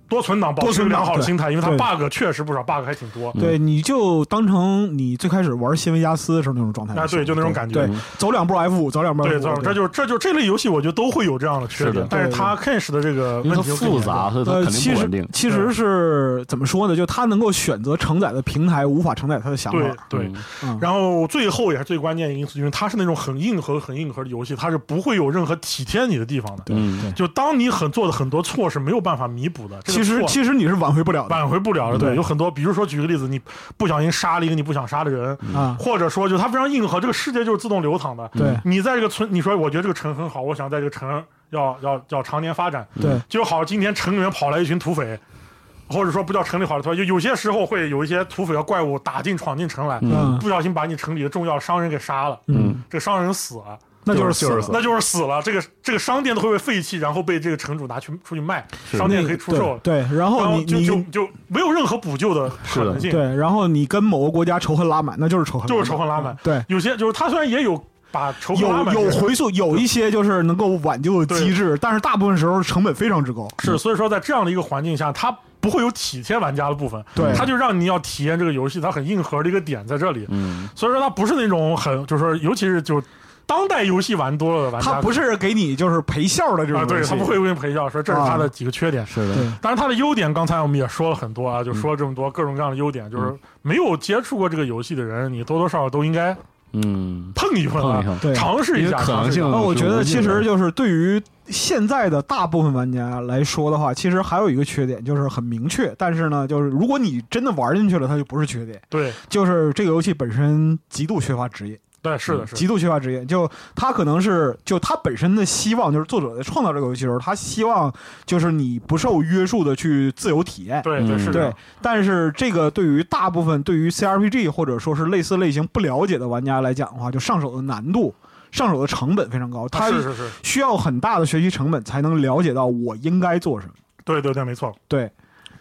[SPEAKER 3] 多存档，保
[SPEAKER 2] 多
[SPEAKER 3] 持一
[SPEAKER 2] 存
[SPEAKER 3] 个
[SPEAKER 2] 档
[SPEAKER 3] 良好的
[SPEAKER 2] 对
[SPEAKER 3] 心态，因为它
[SPEAKER 2] 对
[SPEAKER 3] bug 确实不少，bug 还挺
[SPEAKER 1] 嗯
[SPEAKER 3] 多。
[SPEAKER 2] 对，你就当成你最开始玩新维加斯的时候那种状态行。
[SPEAKER 3] 啊，对，就那种感觉。
[SPEAKER 1] 嗯
[SPEAKER 2] 对，走两步 F 五，走两步 F
[SPEAKER 3] 对，
[SPEAKER 2] 五，
[SPEAKER 3] 这这就这就这类游戏，我觉得都会有这样的缺
[SPEAKER 1] 是
[SPEAKER 3] 点
[SPEAKER 1] 的，
[SPEAKER 3] 但是
[SPEAKER 2] 对
[SPEAKER 3] 它 Cash 的这个
[SPEAKER 1] 因为
[SPEAKER 3] 问
[SPEAKER 1] 它
[SPEAKER 3] 题就更
[SPEAKER 1] 复
[SPEAKER 3] 严重
[SPEAKER 1] 杂，所以它
[SPEAKER 2] 呃，
[SPEAKER 1] 肯定
[SPEAKER 2] 其
[SPEAKER 1] 不稳
[SPEAKER 2] 实
[SPEAKER 1] 定。嗯
[SPEAKER 2] 其实是怎么说呢？就它能够选择承载的平台，无法承载它的想法。
[SPEAKER 3] 对对
[SPEAKER 1] 嗯，
[SPEAKER 2] 嗯
[SPEAKER 3] 然后最后也是最关键的因素，因为它是那种很硬核、很硬核的游戏，它是不会有任何体贴你的地方的。
[SPEAKER 1] 嗯
[SPEAKER 2] 对，
[SPEAKER 3] 就当你很做的很多错是没有办法弥补的，这个
[SPEAKER 2] 其实
[SPEAKER 3] 错
[SPEAKER 2] 其实你是挽回不了的
[SPEAKER 3] 挽回不了的。对，
[SPEAKER 2] 对
[SPEAKER 3] 有很多，比如说举个例子，你不小心杀了一个你不想杀的人，
[SPEAKER 2] 啊。
[SPEAKER 3] 或者说就它非常硬核，这个世界就是自动流淌的。
[SPEAKER 2] 对
[SPEAKER 3] 你在这个村，你说我觉得这个城很好，我想在这个城要要要常年发展，
[SPEAKER 2] 对，
[SPEAKER 3] 就好，今天城里面跑来一群土匪，或者说不叫城里跑来土匪，就有些时候会有一些土匪和怪物打进闯进城来，
[SPEAKER 2] 嗯
[SPEAKER 3] 不小心把你城里的重要商人给杀了，
[SPEAKER 2] 嗯，
[SPEAKER 3] 这个商人死了，
[SPEAKER 2] 那就是
[SPEAKER 1] 就是
[SPEAKER 2] 死了
[SPEAKER 3] 那就是死了，这个这个商店都会被废弃，然后被这个城主拿去出去卖，商店可以出售，
[SPEAKER 2] 对，对然
[SPEAKER 3] 然
[SPEAKER 2] 后
[SPEAKER 3] 后
[SPEAKER 2] 你
[SPEAKER 3] 就就
[SPEAKER 2] 你
[SPEAKER 3] 就没有任何补救的可能性，
[SPEAKER 2] 对，然后你跟某个国家仇恨拉满，那就是仇恨，
[SPEAKER 3] 就是仇恨拉满。
[SPEAKER 2] 对，
[SPEAKER 3] 有些就是他虽然也有把仇恨拉
[SPEAKER 2] 有
[SPEAKER 3] 满
[SPEAKER 2] 有
[SPEAKER 3] 这个
[SPEAKER 2] 回溯，有一些就是能够挽救的机制，但是大部分时候成本非常之高。
[SPEAKER 3] 是，所以说在这样的一个环境下，它不会有体贴玩家的部分，
[SPEAKER 2] 对
[SPEAKER 3] 它就让你要体验这个游戏，它很硬核的一个点在这里，
[SPEAKER 1] 嗯，
[SPEAKER 3] 所以说它不是那种很，就是说，尤其是就当代游戏玩多了的玩家，
[SPEAKER 2] 它不是给你就是陪笑的这种
[SPEAKER 3] 啊，
[SPEAKER 2] 游戏，啊
[SPEAKER 3] 对，它不会为人陪笑，说这是它的几个缺点。
[SPEAKER 1] 是的，
[SPEAKER 2] 对
[SPEAKER 3] 当然，它的优点刚才我们也说了很多啊，就说了这么多各种各样的优点，
[SPEAKER 1] 嗯
[SPEAKER 3] 就是没有接触过这个游戏的人，你多多少少都应该
[SPEAKER 1] 嗯，
[SPEAKER 3] 碰一碰
[SPEAKER 1] 碰一
[SPEAKER 3] 啊，
[SPEAKER 1] 碰，
[SPEAKER 2] 对
[SPEAKER 3] 尝试
[SPEAKER 1] 因
[SPEAKER 3] 一
[SPEAKER 1] 为
[SPEAKER 3] 下
[SPEAKER 1] 可能
[SPEAKER 3] 尝试一下
[SPEAKER 1] 性
[SPEAKER 2] 那呃我觉得
[SPEAKER 1] 嗯是无
[SPEAKER 2] 其
[SPEAKER 1] 尽的
[SPEAKER 2] 实就是对于现在的大部分玩家来说的话，其实还有一个缺点就是很明确，但是呢，就是如果你真的玩进去了，它就不是缺点，
[SPEAKER 3] 对
[SPEAKER 2] 就是这个游戏本身极度缺乏职业。
[SPEAKER 3] 对是
[SPEAKER 1] 嗯
[SPEAKER 3] 的是
[SPEAKER 2] 嗯
[SPEAKER 3] 的
[SPEAKER 2] 极度缺乏职业。就他可能是就他本身的希望，就是作者在创造这个游戏的时候，他希望就是你不受约束的去自由体验。
[SPEAKER 3] 对对
[SPEAKER 1] 嗯
[SPEAKER 3] 是
[SPEAKER 2] 对
[SPEAKER 3] 的，，啊
[SPEAKER 2] 但是这个对于大部分对于 CRPG 或者说是类似类型不了解的玩家来讲的话，就上手的难度、上手的成本非常高，他
[SPEAKER 3] 啊是是是，
[SPEAKER 2] 需要很大的学习成本才能了解到我应该做什么。
[SPEAKER 3] 对对对，没错。
[SPEAKER 2] 对，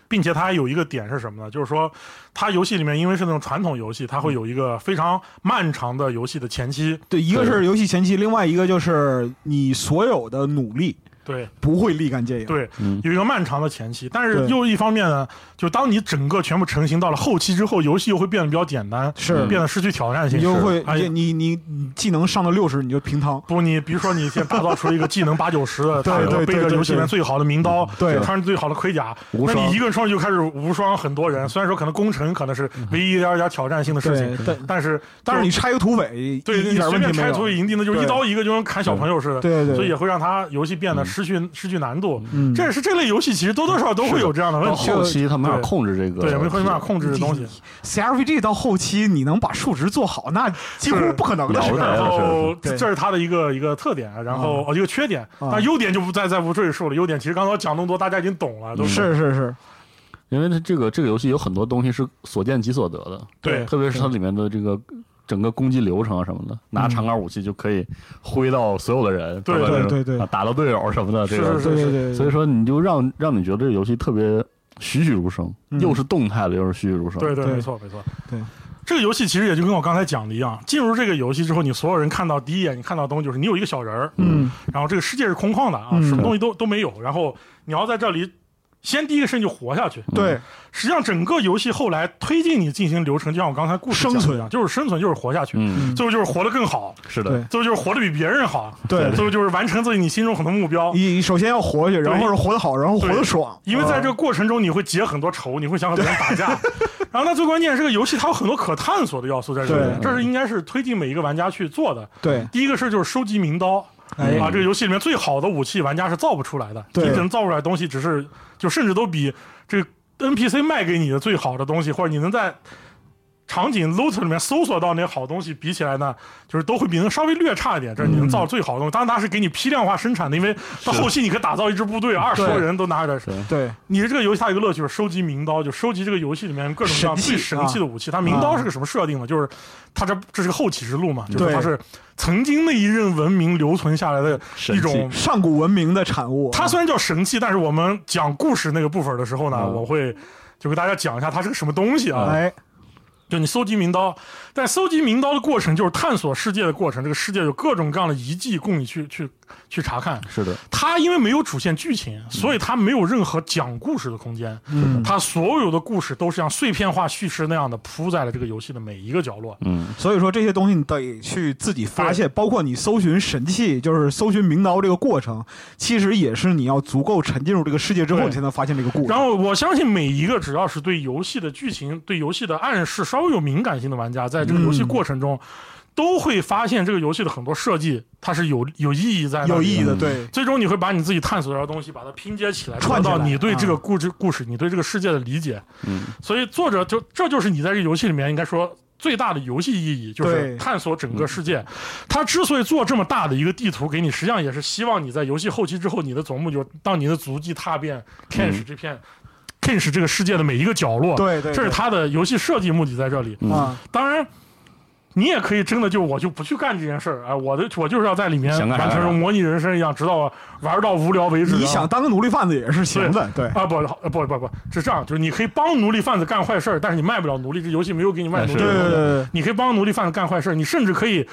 [SPEAKER 3] 并且它还有一个点是什么呢？就是说，它游戏里面因为是那种传统游戏，它
[SPEAKER 1] 嗯
[SPEAKER 3] 会有一个非常漫长的游戏的前期。
[SPEAKER 2] 对，一个是游戏前期，另外一个就是你所有的努力
[SPEAKER 3] 对
[SPEAKER 2] 不会立竿见影。
[SPEAKER 3] 对
[SPEAKER 1] 嗯，
[SPEAKER 3] 有一个漫长的前期。但是
[SPEAKER 2] 对
[SPEAKER 3] 又一方面呢，就当你整个全部成型到了后期之后，游戏又会变得比较简单，
[SPEAKER 2] 是
[SPEAKER 3] 变得失去挑战性。
[SPEAKER 2] 你就会
[SPEAKER 3] 哎呀
[SPEAKER 2] 你你你技能上到六十你就平汤，
[SPEAKER 3] 不，你比如说，你现在打造出一个技能八九十的，
[SPEAKER 2] 对
[SPEAKER 3] 大哥
[SPEAKER 2] 对
[SPEAKER 3] 背
[SPEAKER 2] 对
[SPEAKER 3] 着
[SPEAKER 2] 对
[SPEAKER 3] 游戏里面最好的名刀，
[SPEAKER 2] 对
[SPEAKER 3] 穿着最好的盔甲，
[SPEAKER 1] 无
[SPEAKER 3] 那
[SPEAKER 1] 双
[SPEAKER 3] 你一个人上去就开始无双很多人。虽然说可能攻城可能是唯一一点点挑战性的事情，
[SPEAKER 2] 嗯对，但
[SPEAKER 3] 但是
[SPEAKER 2] 但是
[SPEAKER 3] 就
[SPEAKER 2] 你拆个土匪，
[SPEAKER 3] 对，
[SPEAKER 2] 一一
[SPEAKER 3] 你
[SPEAKER 2] 点
[SPEAKER 3] 随
[SPEAKER 2] 问
[SPEAKER 3] 便
[SPEAKER 2] 题没
[SPEAKER 3] 拆除
[SPEAKER 2] 有。
[SPEAKER 3] 营地，那就是
[SPEAKER 2] 对
[SPEAKER 3] 一刀一个，就跟砍小朋友似的。
[SPEAKER 2] 对对
[SPEAKER 3] 所以也
[SPEAKER 2] 对，
[SPEAKER 3] 会让它游戏变得失去、失去难度。
[SPEAKER 2] 嗯
[SPEAKER 3] 这也是这类游戏其实多多少少都会有这样的问
[SPEAKER 1] 到
[SPEAKER 3] 题，
[SPEAKER 1] 后期他没法
[SPEAKER 3] 对
[SPEAKER 1] 控制这个，
[SPEAKER 3] 对，没办法控制的东西。
[SPEAKER 2] CRPG 到后期你能把数值做好，那几乎
[SPEAKER 3] 是
[SPEAKER 2] 不可能的
[SPEAKER 1] 了
[SPEAKER 2] 事
[SPEAKER 1] 不得
[SPEAKER 2] 儿。
[SPEAKER 3] 然后
[SPEAKER 2] 对
[SPEAKER 3] 这是它的一个一个特点，然后哦一个缺点，
[SPEAKER 2] 啊
[SPEAKER 3] 但优点就不再再不赘述了。优点其实刚才我讲那么多，大家已经懂了，都
[SPEAKER 2] 是是是，
[SPEAKER 1] 因为它这个这个游戏有很多东西是所见即所得的，
[SPEAKER 3] 对
[SPEAKER 1] 特别是它里面的这个整个攻击流程啊什么的，拿长杆武器就可以挥到所有的人，
[SPEAKER 3] 嗯对
[SPEAKER 1] 吧
[SPEAKER 2] 对
[SPEAKER 1] 这种
[SPEAKER 2] 对对
[SPEAKER 1] 啊打到队友什么的，这个
[SPEAKER 3] 是
[SPEAKER 2] 对对对，
[SPEAKER 1] 所以说你就让让你觉得这个游戏特别栩栩如生，
[SPEAKER 2] 嗯
[SPEAKER 1] 又是动态的，又是栩�栩如生。
[SPEAKER 3] 对对，
[SPEAKER 2] 对
[SPEAKER 3] 没错没错。
[SPEAKER 2] 对，
[SPEAKER 3] 这个游戏其实也就跟我刚才讲的一样，进入这个游戏之后，你所有人看到第一眼你看到的东西就是你有一个小人儿，
[SPEAKER 2] 嗯
[SPEAKER 3] 然后这个世界是空旷的啊，
[SPEAKER 2] 嗯
[SPEAKER 3] 什么东西都都没有，然后你要在这里先第一个事情就活下去。
[SPEAKER 2] 对，
[SPEAKER 3] 实际上整个游戏后来推进你进行流程，就像我刚才故事讲的
[SPEAKER 2] 生存
[SPEAKER 3] 一样，就是生存，就是活下去，
[SPEAKER 1] 嗯，
[SPEAKER 3] 最后就是活得更好，
[SPEAKER 1] 是
[SPEAKER 2] 对
[SPEAKER 1] 的，
[SPEAKER 3] 最后就是活得比别人好，
[SPEAKER 2] 对
[SPEAKER 3] 最后就是完成自己你心中很多目标。
[SPEAKER 2] 你首先要活下去，然后是活得好，然后活得爽，
[SPEAKER 3] 因为在这
[SPEAKER 2] 啊
[SPEAKER 3] 个过程中，你会结很多仇，你会想和别人打架，然后那最关键是这个游戏它有很多可探索的要素在这里
[SPEAKER 2] 对，
[SPEAKER 3] 这是应该是推进每一个玩家去做的。
[SPEAKER 2] 对
[SPEAKER 3] 第一个事儿就是收集名刀，
[SPEAKER 2] 哎
[SPEAKER 3] 啊，这个游戏里面最好的武器玩家是造不出来的，
[SPEAKER 2] 对
[SPEAKER 3] 你可能造出来的东西只是就甚至都比这个 NPC 卖给你的最好的东西，或者你能在场景 loot 里面搜索到那些好东西比起来呢，就是都会比那稍微略差一点。这是你能造最好的东西，当然它是给你批量化生产的，因为到后期你可以打造一支部队，二十
[SPEAKER 2] 对
[SPEAKER 3] 个人都拿着。
[SPEAKER 2] 对
[SPEAKER 3] 你这个游戏它有一个乐趣是收集名刀，就收集这个游戏里面各种各样
[SPEAKER 2] 神器啊
[SPEAKER 3] 最神器的武器。它名刀是个什么设定呢？就是它这这是个后启示录嘛，就是
[SPEAKER 2] 对
[SPEAKER 3] 它是曾经那一任文明留存下来的
[SPEAKER 1] 神
[SPEAKER 3] 一
[SPEAKER 1] 器
[SPEAKER 3] 种。
[SPEAKER 2] 上古文明的产物，啊
[SPEAKER 3] 它虽然叫神器，但是我们讲故事那个部分的时候呢，
[SPEAKER 1] 嗯
[SPEAKER 3] 我会就给大家讲一下它是个什么东西啊。
[SPEAKER 2] 哎
[SPEAKER 3] 就你搜集名刀，但搜集名刀的过程就是探索世界的过程，这个世界有各种各样的遗迹供你去去去查看。
[SPEAKER 1] 是的，
[SPEAKER 3] 它因为没有主线剧情，所以它没有任何讲故事的空间。
[SPEAKER 2] 嗯，
[SPEAKER 3] 它所有的故事都是像碎片化叙事那样的铺在了这个游戏的每一个角落。
[SPEAKER 1] 嗯，
[SPEAKER 2] 所以说这些东西你得去自己发现，包括你搜寻神器，就是搜寻名刀这个过程，其实也是你要足够沉浸入这个世界之后，
[SPEAKER 3] 对
[SPEAKER 2] 你才能发现这个故事。
[SPEAKER 3] 然后我相信每一个只要是对游戏的剧情、对游戏的暗示稍微有敏感性的玩家，在这个游戏过程中，都会发现这个游戏的很多设计它是有有意义在那里
[SPEAKER 2] 有意义的，
[SPEAKER 1] 嗯
[SPEAKER 2] 对，
[SPEAKER 3] 最终你会把你自己探索到的东西，把它拼接起来，
[SPEAKER 2] 串
[SPEAKER 3] 得
[SPEAKER 2] 起来嗯
[SPEAKER 3] 到你对这个故事、故事、你对这个世界的理解。
[SPEAKER 1] 嗯，
[SPEAKER 3] 所以作者就这就是你在这个游戏里面应该说最大的游戏意义，就是
[SPEAKER 2] 对嗯
[SPEAKER 3] 探索整个世界。他之所以做这么大的一个地图给你，实际上也是希望你在游戏后期之后，你的总目就当你的足迹踏
[SPEAKER 2] 嗯
[SPEAKER 3] 遍 Kensh 这片、Kensh 这个世界的每一个角落。
[SPEAKER 2] 对对，
[SPEAKER 3] 这是
[SPEAKER 2] 对
[SPEAKER 3] 他的游戏设计目的在这里。
[SPEAKER 2] 啊，
[SPEAKER 3] 当然。你也可以真的就我就不去干这件事儿啊，我的我就是要在里面
[SPEAKER 1] 想干啥
[SPEAKER 3] 完
[SPEAKER 1] 干
[SPEAKER 3] 成
[SPEAKER 1] 啥
[SPEAKER 3] 模拟人生一样，直到玩到无聊为止啊。
[SPEAKER 2] 你想当个奴隶贩子也是行的，对，
[SPEAKER 3] 啊不呃不不不是这样，就是你可以帮奴隶贩子干坏事儿，但是你卖不了奴隶，这游戏没有给你卖奴隶。
[SPEAKER 1] 对
[SPEAKER 2] 对对对对
[SPEAKER 3] 你可以帮奴隶贩子干坏事儿，你甚至可以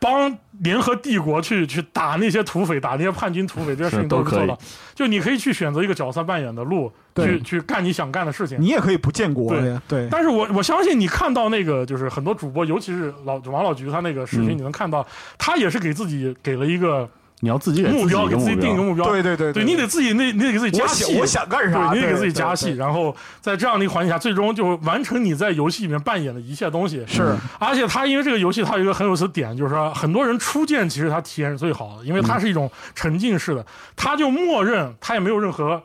[SPEAKER 3] 帮联合帝国去去打那些土匪，打那些叛军土匪，这些事情
[SPEAKER 1] 是都
[SPEAKER 3] 都是做
[SPEAKER 1] 可
[SPEAKER 3] 到。就你可以去选择一个角色扮演的路，
[SPEAKER 2] 对
[SPEAKER 3] 去去干你想干的事情。
[SPEAKER 2] 你也可以不建国
[SPEAKER 3] 对
[SPEAKER 2] 的，对，
[SPEAKER 3] 但是我我相信你看到那个，就是很多主播，尤其是老王老菊他那个视频，
[SPEAKER 1] 嗯
[SPEAKER 3] 你能看到他也是给自己给了一个
[SPEAKER 1] 你要自己给
[SPEAKER 3] 目标，给
[SPEAKER 1] 自
[SPEAKER 3] 自
[SPEAKER 1] 己一
[SPEAKER 3] 己
[SPEAKER 1] 个
[SPEAKER 3] 定一个
[SPEAKER 1] 目标，
[SPEAKER 3] 目标。
[SPEAKER 2] 对对对
[SPEAKER 3] 对你得自己那你得给自己加
[SPEAKER 2] 我
[SPEAKER 3] 戏
[SPEAKER 2] 想，我想干啥，
[SPEAKER 3] 对，你得给
[SPEAKER 2] 对
[SPEAKER 3] 自己加戏，
[SPEAKER 2] 对对
[SPEAKER 3] 然后在这样的一个环境下，最终就完成你在游戏里面扮演的一切东西。
[SPEAKER 2] 是
[SPEAKER 3] 而且它因为这个游戏，它有一个很有意思的点，就是说很多人初见其实它体验是最好的，因为它是一种沉浸式的，它就默认它也没有任何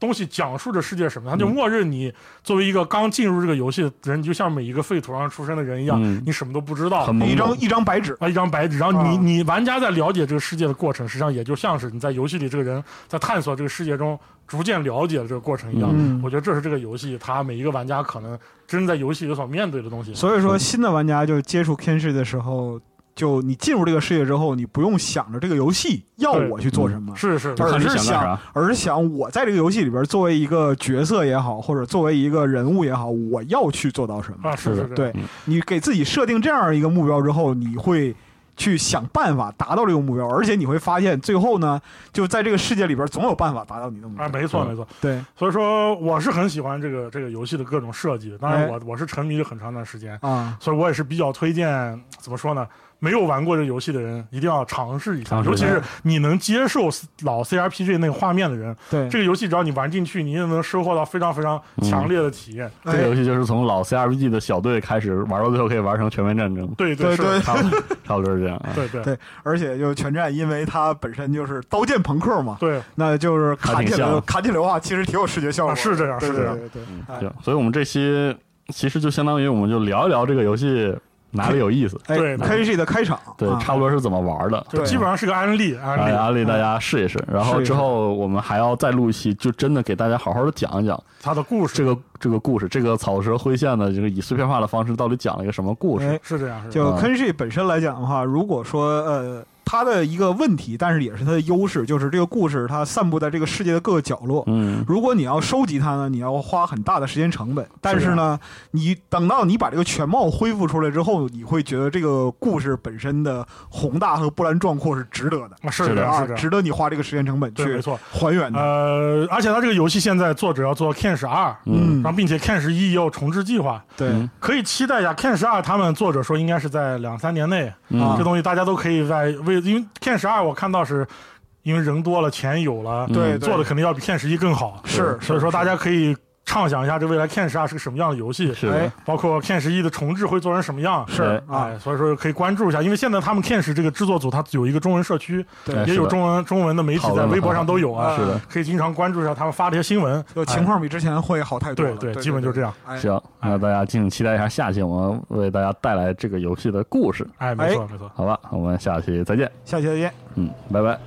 [SPEAKER 3] 东西讲述着世界什么，它就默认你作为一个刚进入这个游戏的人，你就像每一个废土上出生的人一样，
[SPEAKER 1] 嗯
[SPEAKER 3] 你什么都不知道，
[SPEAKER 1] 很懵
[SPEAKER 2] 一张
[SPEAKER 1] 懂，
[SPEAKER 2] 一张白纸，
[SPEAKER 3] 啊，一张白纸，然后你、
[SPEAKER 2] 啊
[SPEAKER 3] 你玩家在了解这个世界的过程，实际上也就像是你在游戏里这个人在探索这个世界中逐渐了解的这个过程一样。
[SPEAKER 2] 嗯
[SPEAKER 3] 我觉得这是这个游戏它每一个玩家可能真在游戏里所面对的东西。
[SPEAKER 2] 所以说，新的玩家就接触 k e n s h i 的时候，就你进入这个世界之后，你不用想着这个游戏要我去
[SPEAKER 3] 嗯
[SPEAKER 2] 做什么，
[SPEAKER 3] 是是，
[SPEAKER 1] 看
[SPEAKER 2] 而
[SPEAKER 1] 你想
[SPEAKER 2] 是
[SPEAKER 1] 干啥
[SPEAKER 2] 想，而是想我在这个游戏里边作为一个角色也好，或者作为一个人物也好，我要去做到什么。
[SPEAKER 3] 啊，
[SPEAKER 1] 是
[SPEAKER 3] 是是
[SPEAKER 1] 的
[SPEAKER 3] 是，
[SPEAKER 2] 对
[SPEAKER 1] 嗯
[SPEAKER 2] 你给自己设定这样一个目标之后，你会。去想办法达到这个目标，而且你会发现，最后呢，就在这个世界里边，总有办法达到你的目标。
[SPEAKER 3] 啊，没错
[SPEAKER 1] 嗯
[SPEAKER 3] 没错。
[SPEAKER 2] 对
[SPEAKER 3] 所以说，我是很喜欢这个这个游戏的各种设计的，当然我我是沉迷了很长一段时间，
[SPEAKER 2] 啊，
[SPEAKER 3] 所以我也是比较推荐，怎么说呢？没有玩过这个游戏的人一定要尝试一下，
[SPEAKER 1] 尝试一
[SPEAKER 3] 尤
[SPEAKER 1] 下
[SPEAKER 3] 其是你能接受老 CRPG 那个画面的人，
[SPEAKER 2] 对，
[SPEAKER 3] 这个游戏只要你玩进去，你也能收获到非常非常
[SPEAKER 1] 嗯
[SPEAKER 3] 强烈的体验。
[SPEAKER 1] 这个
[SPEAKER 2] 哎
[SPEAKER 1] 游戏就是从老 CRPG 的小队开始玩到最后，可以玩成全面战争，
[SPEAKER 3] 对
[SPEAKER 2] 对
[SPEAKER 3] 是
[SPEAKER 2] 对
[SPEAKER 3] 的
[SPEAKER 1] 差不多差不多是这样啊。
[SPEAKER 3] 对 对
[SPEAKER 2] 对而且就全战，因为它本身就是刀剑朋克嘛，
[SPEAKER 3] 对，
[SPEAKER 2] 那就是呃砍起
[SPEAKER 1] 还挺
[SPEAKER 2] 来
[SPEAKER 1] 像
[SPEAKER 2] 砍起来的话，其实挺有视觉效果
[SPEAKER 3] 啊
[SPEAKER 2] 的、
[SPEAKER 3] 是这样
[SPEAKER 2] 对
[SPEAKER 3] 是这样
[SPEAKER 2] 对对对，哎
[SPEAKER 1] 行，嗯所以我们这期其实就相当于我们就聊一聊这个游戏哪里有意思，
[SPEAKER 2] 哎
[SPEAKER 3] 对对
[SPEAKER 2] k G 的开场，
[SPEAKER 1] 对，
[SPEAKER 2] 啊
[SPEAKER 1] 差不多是怎么玩的。
[SPEAKER 3] 就
[SPEAKER 2] 对
[SPEAKER 3] 基本上是个安利安
[SPEAKER 1] 哎，
[SPEAKER 3] 利。
[SPEAKER 1] 安利大家试一试，然后
[SPEAKER 2] 试一
[SPEAKER 1] 之
[SPEAKER 2] 试
[SPEAKER 1] 后我们还要再录一期，就真的给大家好好的讲一讲
[SPEAKER 3] 它的故事
[SPEAKER 1] 这个这个故事，这个草蛇灰线的这个以碎片化的方式到底讲了一个什么故事？
[SPEAKER 2] 哎，
[SPEAKER 3] 是这样，是这样
[SPEAKER 2] 就
[SPEAKER 1] 啊
[SPEAKER 2] k G 本身来讲的话，如果说呃。它的一个问题，但是也是它的优势，就是这个故事它散布在这个世界的各个角落。
[SPEAKER 1] 嗯，
[SPEAKER 2] 如果你要收集它呢，你要花很大的时间成本。但
[SPEAKER 3] 啊
[SPEAKER 2] 是呢，你等到你把这个全貌恢复出来之后，你会觉得这个故事本身的宏大和波澜壮阔是值得的，
[SPEAKER 3] 啊是的
[SPEAKER 2] 啊嗯
[SPEAKER 3] 是的
[SPEAKER 2] 值得你花这个时间成本
[SPEAKER 3] 对
[SPEAKER 2] 去
[SPEAKER 3] 没错
[SPEAKER 2] 还原的。
[SPEAKER 3] 呃，而且它这个游戏现在作者要做 Ken 十二，
[SPEAKER 2] 嗯
[SPEAKER 3] 然后并且 Ken 十一也有重置计划，
[SPEAKER 2] 对，
[SPEAKER 3] 可以期待一下 Ken 十二，他们作者说应该是在两三年内，
[SPEAKER 1] 嗯
[SPEAKER 2] 啊
[SPEAKER 3] 这东西大家都可以在为，因为 Ken 十二我看到是因为人多了，钱有了，
[SPEAKER 1] 嗯
[SPEAKER 2] 对对
[SPEAKER 3] 做的肯定要比 Ken 十一更好，
[SPEAKER 2] 是
[SPEAKER 3] 所以说大家可以畅想一下这未来 Ken 十二是个什么样的游戏，
[SPEAKER 1] 是
[SPEAKER 2] 哎
[SPEAKER 1] 的，
[SPEAKER 3] 包括 Ken 十一的重置会做成什么样，
[SPEAKER 1] 是
[SPEAKER 2] 啊
[SPEAKER 3] 哎，所以说可以关注一下，因为现在他们 Ken 十这个制作组它有一个中文社区，
[SPEAKER 1] 哎
[SPEAKER 3] 也
[SPEAKER 1] 是
[SPEAKER 3] 有
[SPEAKER 1] 的
[SPEAKER 3] 中文中文的媒体
[SPEAKER 1] 讨
[SPEAKER 3] 在
[SPEAKER 1] 论
[SPEAKER 3] 微博
[SPEAKER 1] 了
[SPEAKER 3] 上都有啊，
[SPEAKER 2] 是
[SPEAKER 1] 的，
[SPEAKER 3] 可以经常关注一下他们发的一些新闻，哎
[SPEAKER 2] 就呃情况比之前会好太多了。
[SPEAKER 3] 对对基本就这样。
[SPEAKER 2] 哎
[SPEAKER 1] 行，那大家敬请期待一下下期我们为大家带来这个游戏的故事，
[SPEAKER 3] 哎，没错没错。
[SPEAKER 1] 好吧？我们下期再见，
[SPEAKER 2] 下期再见。
[SPEAKER 1] 嗯，拜拜。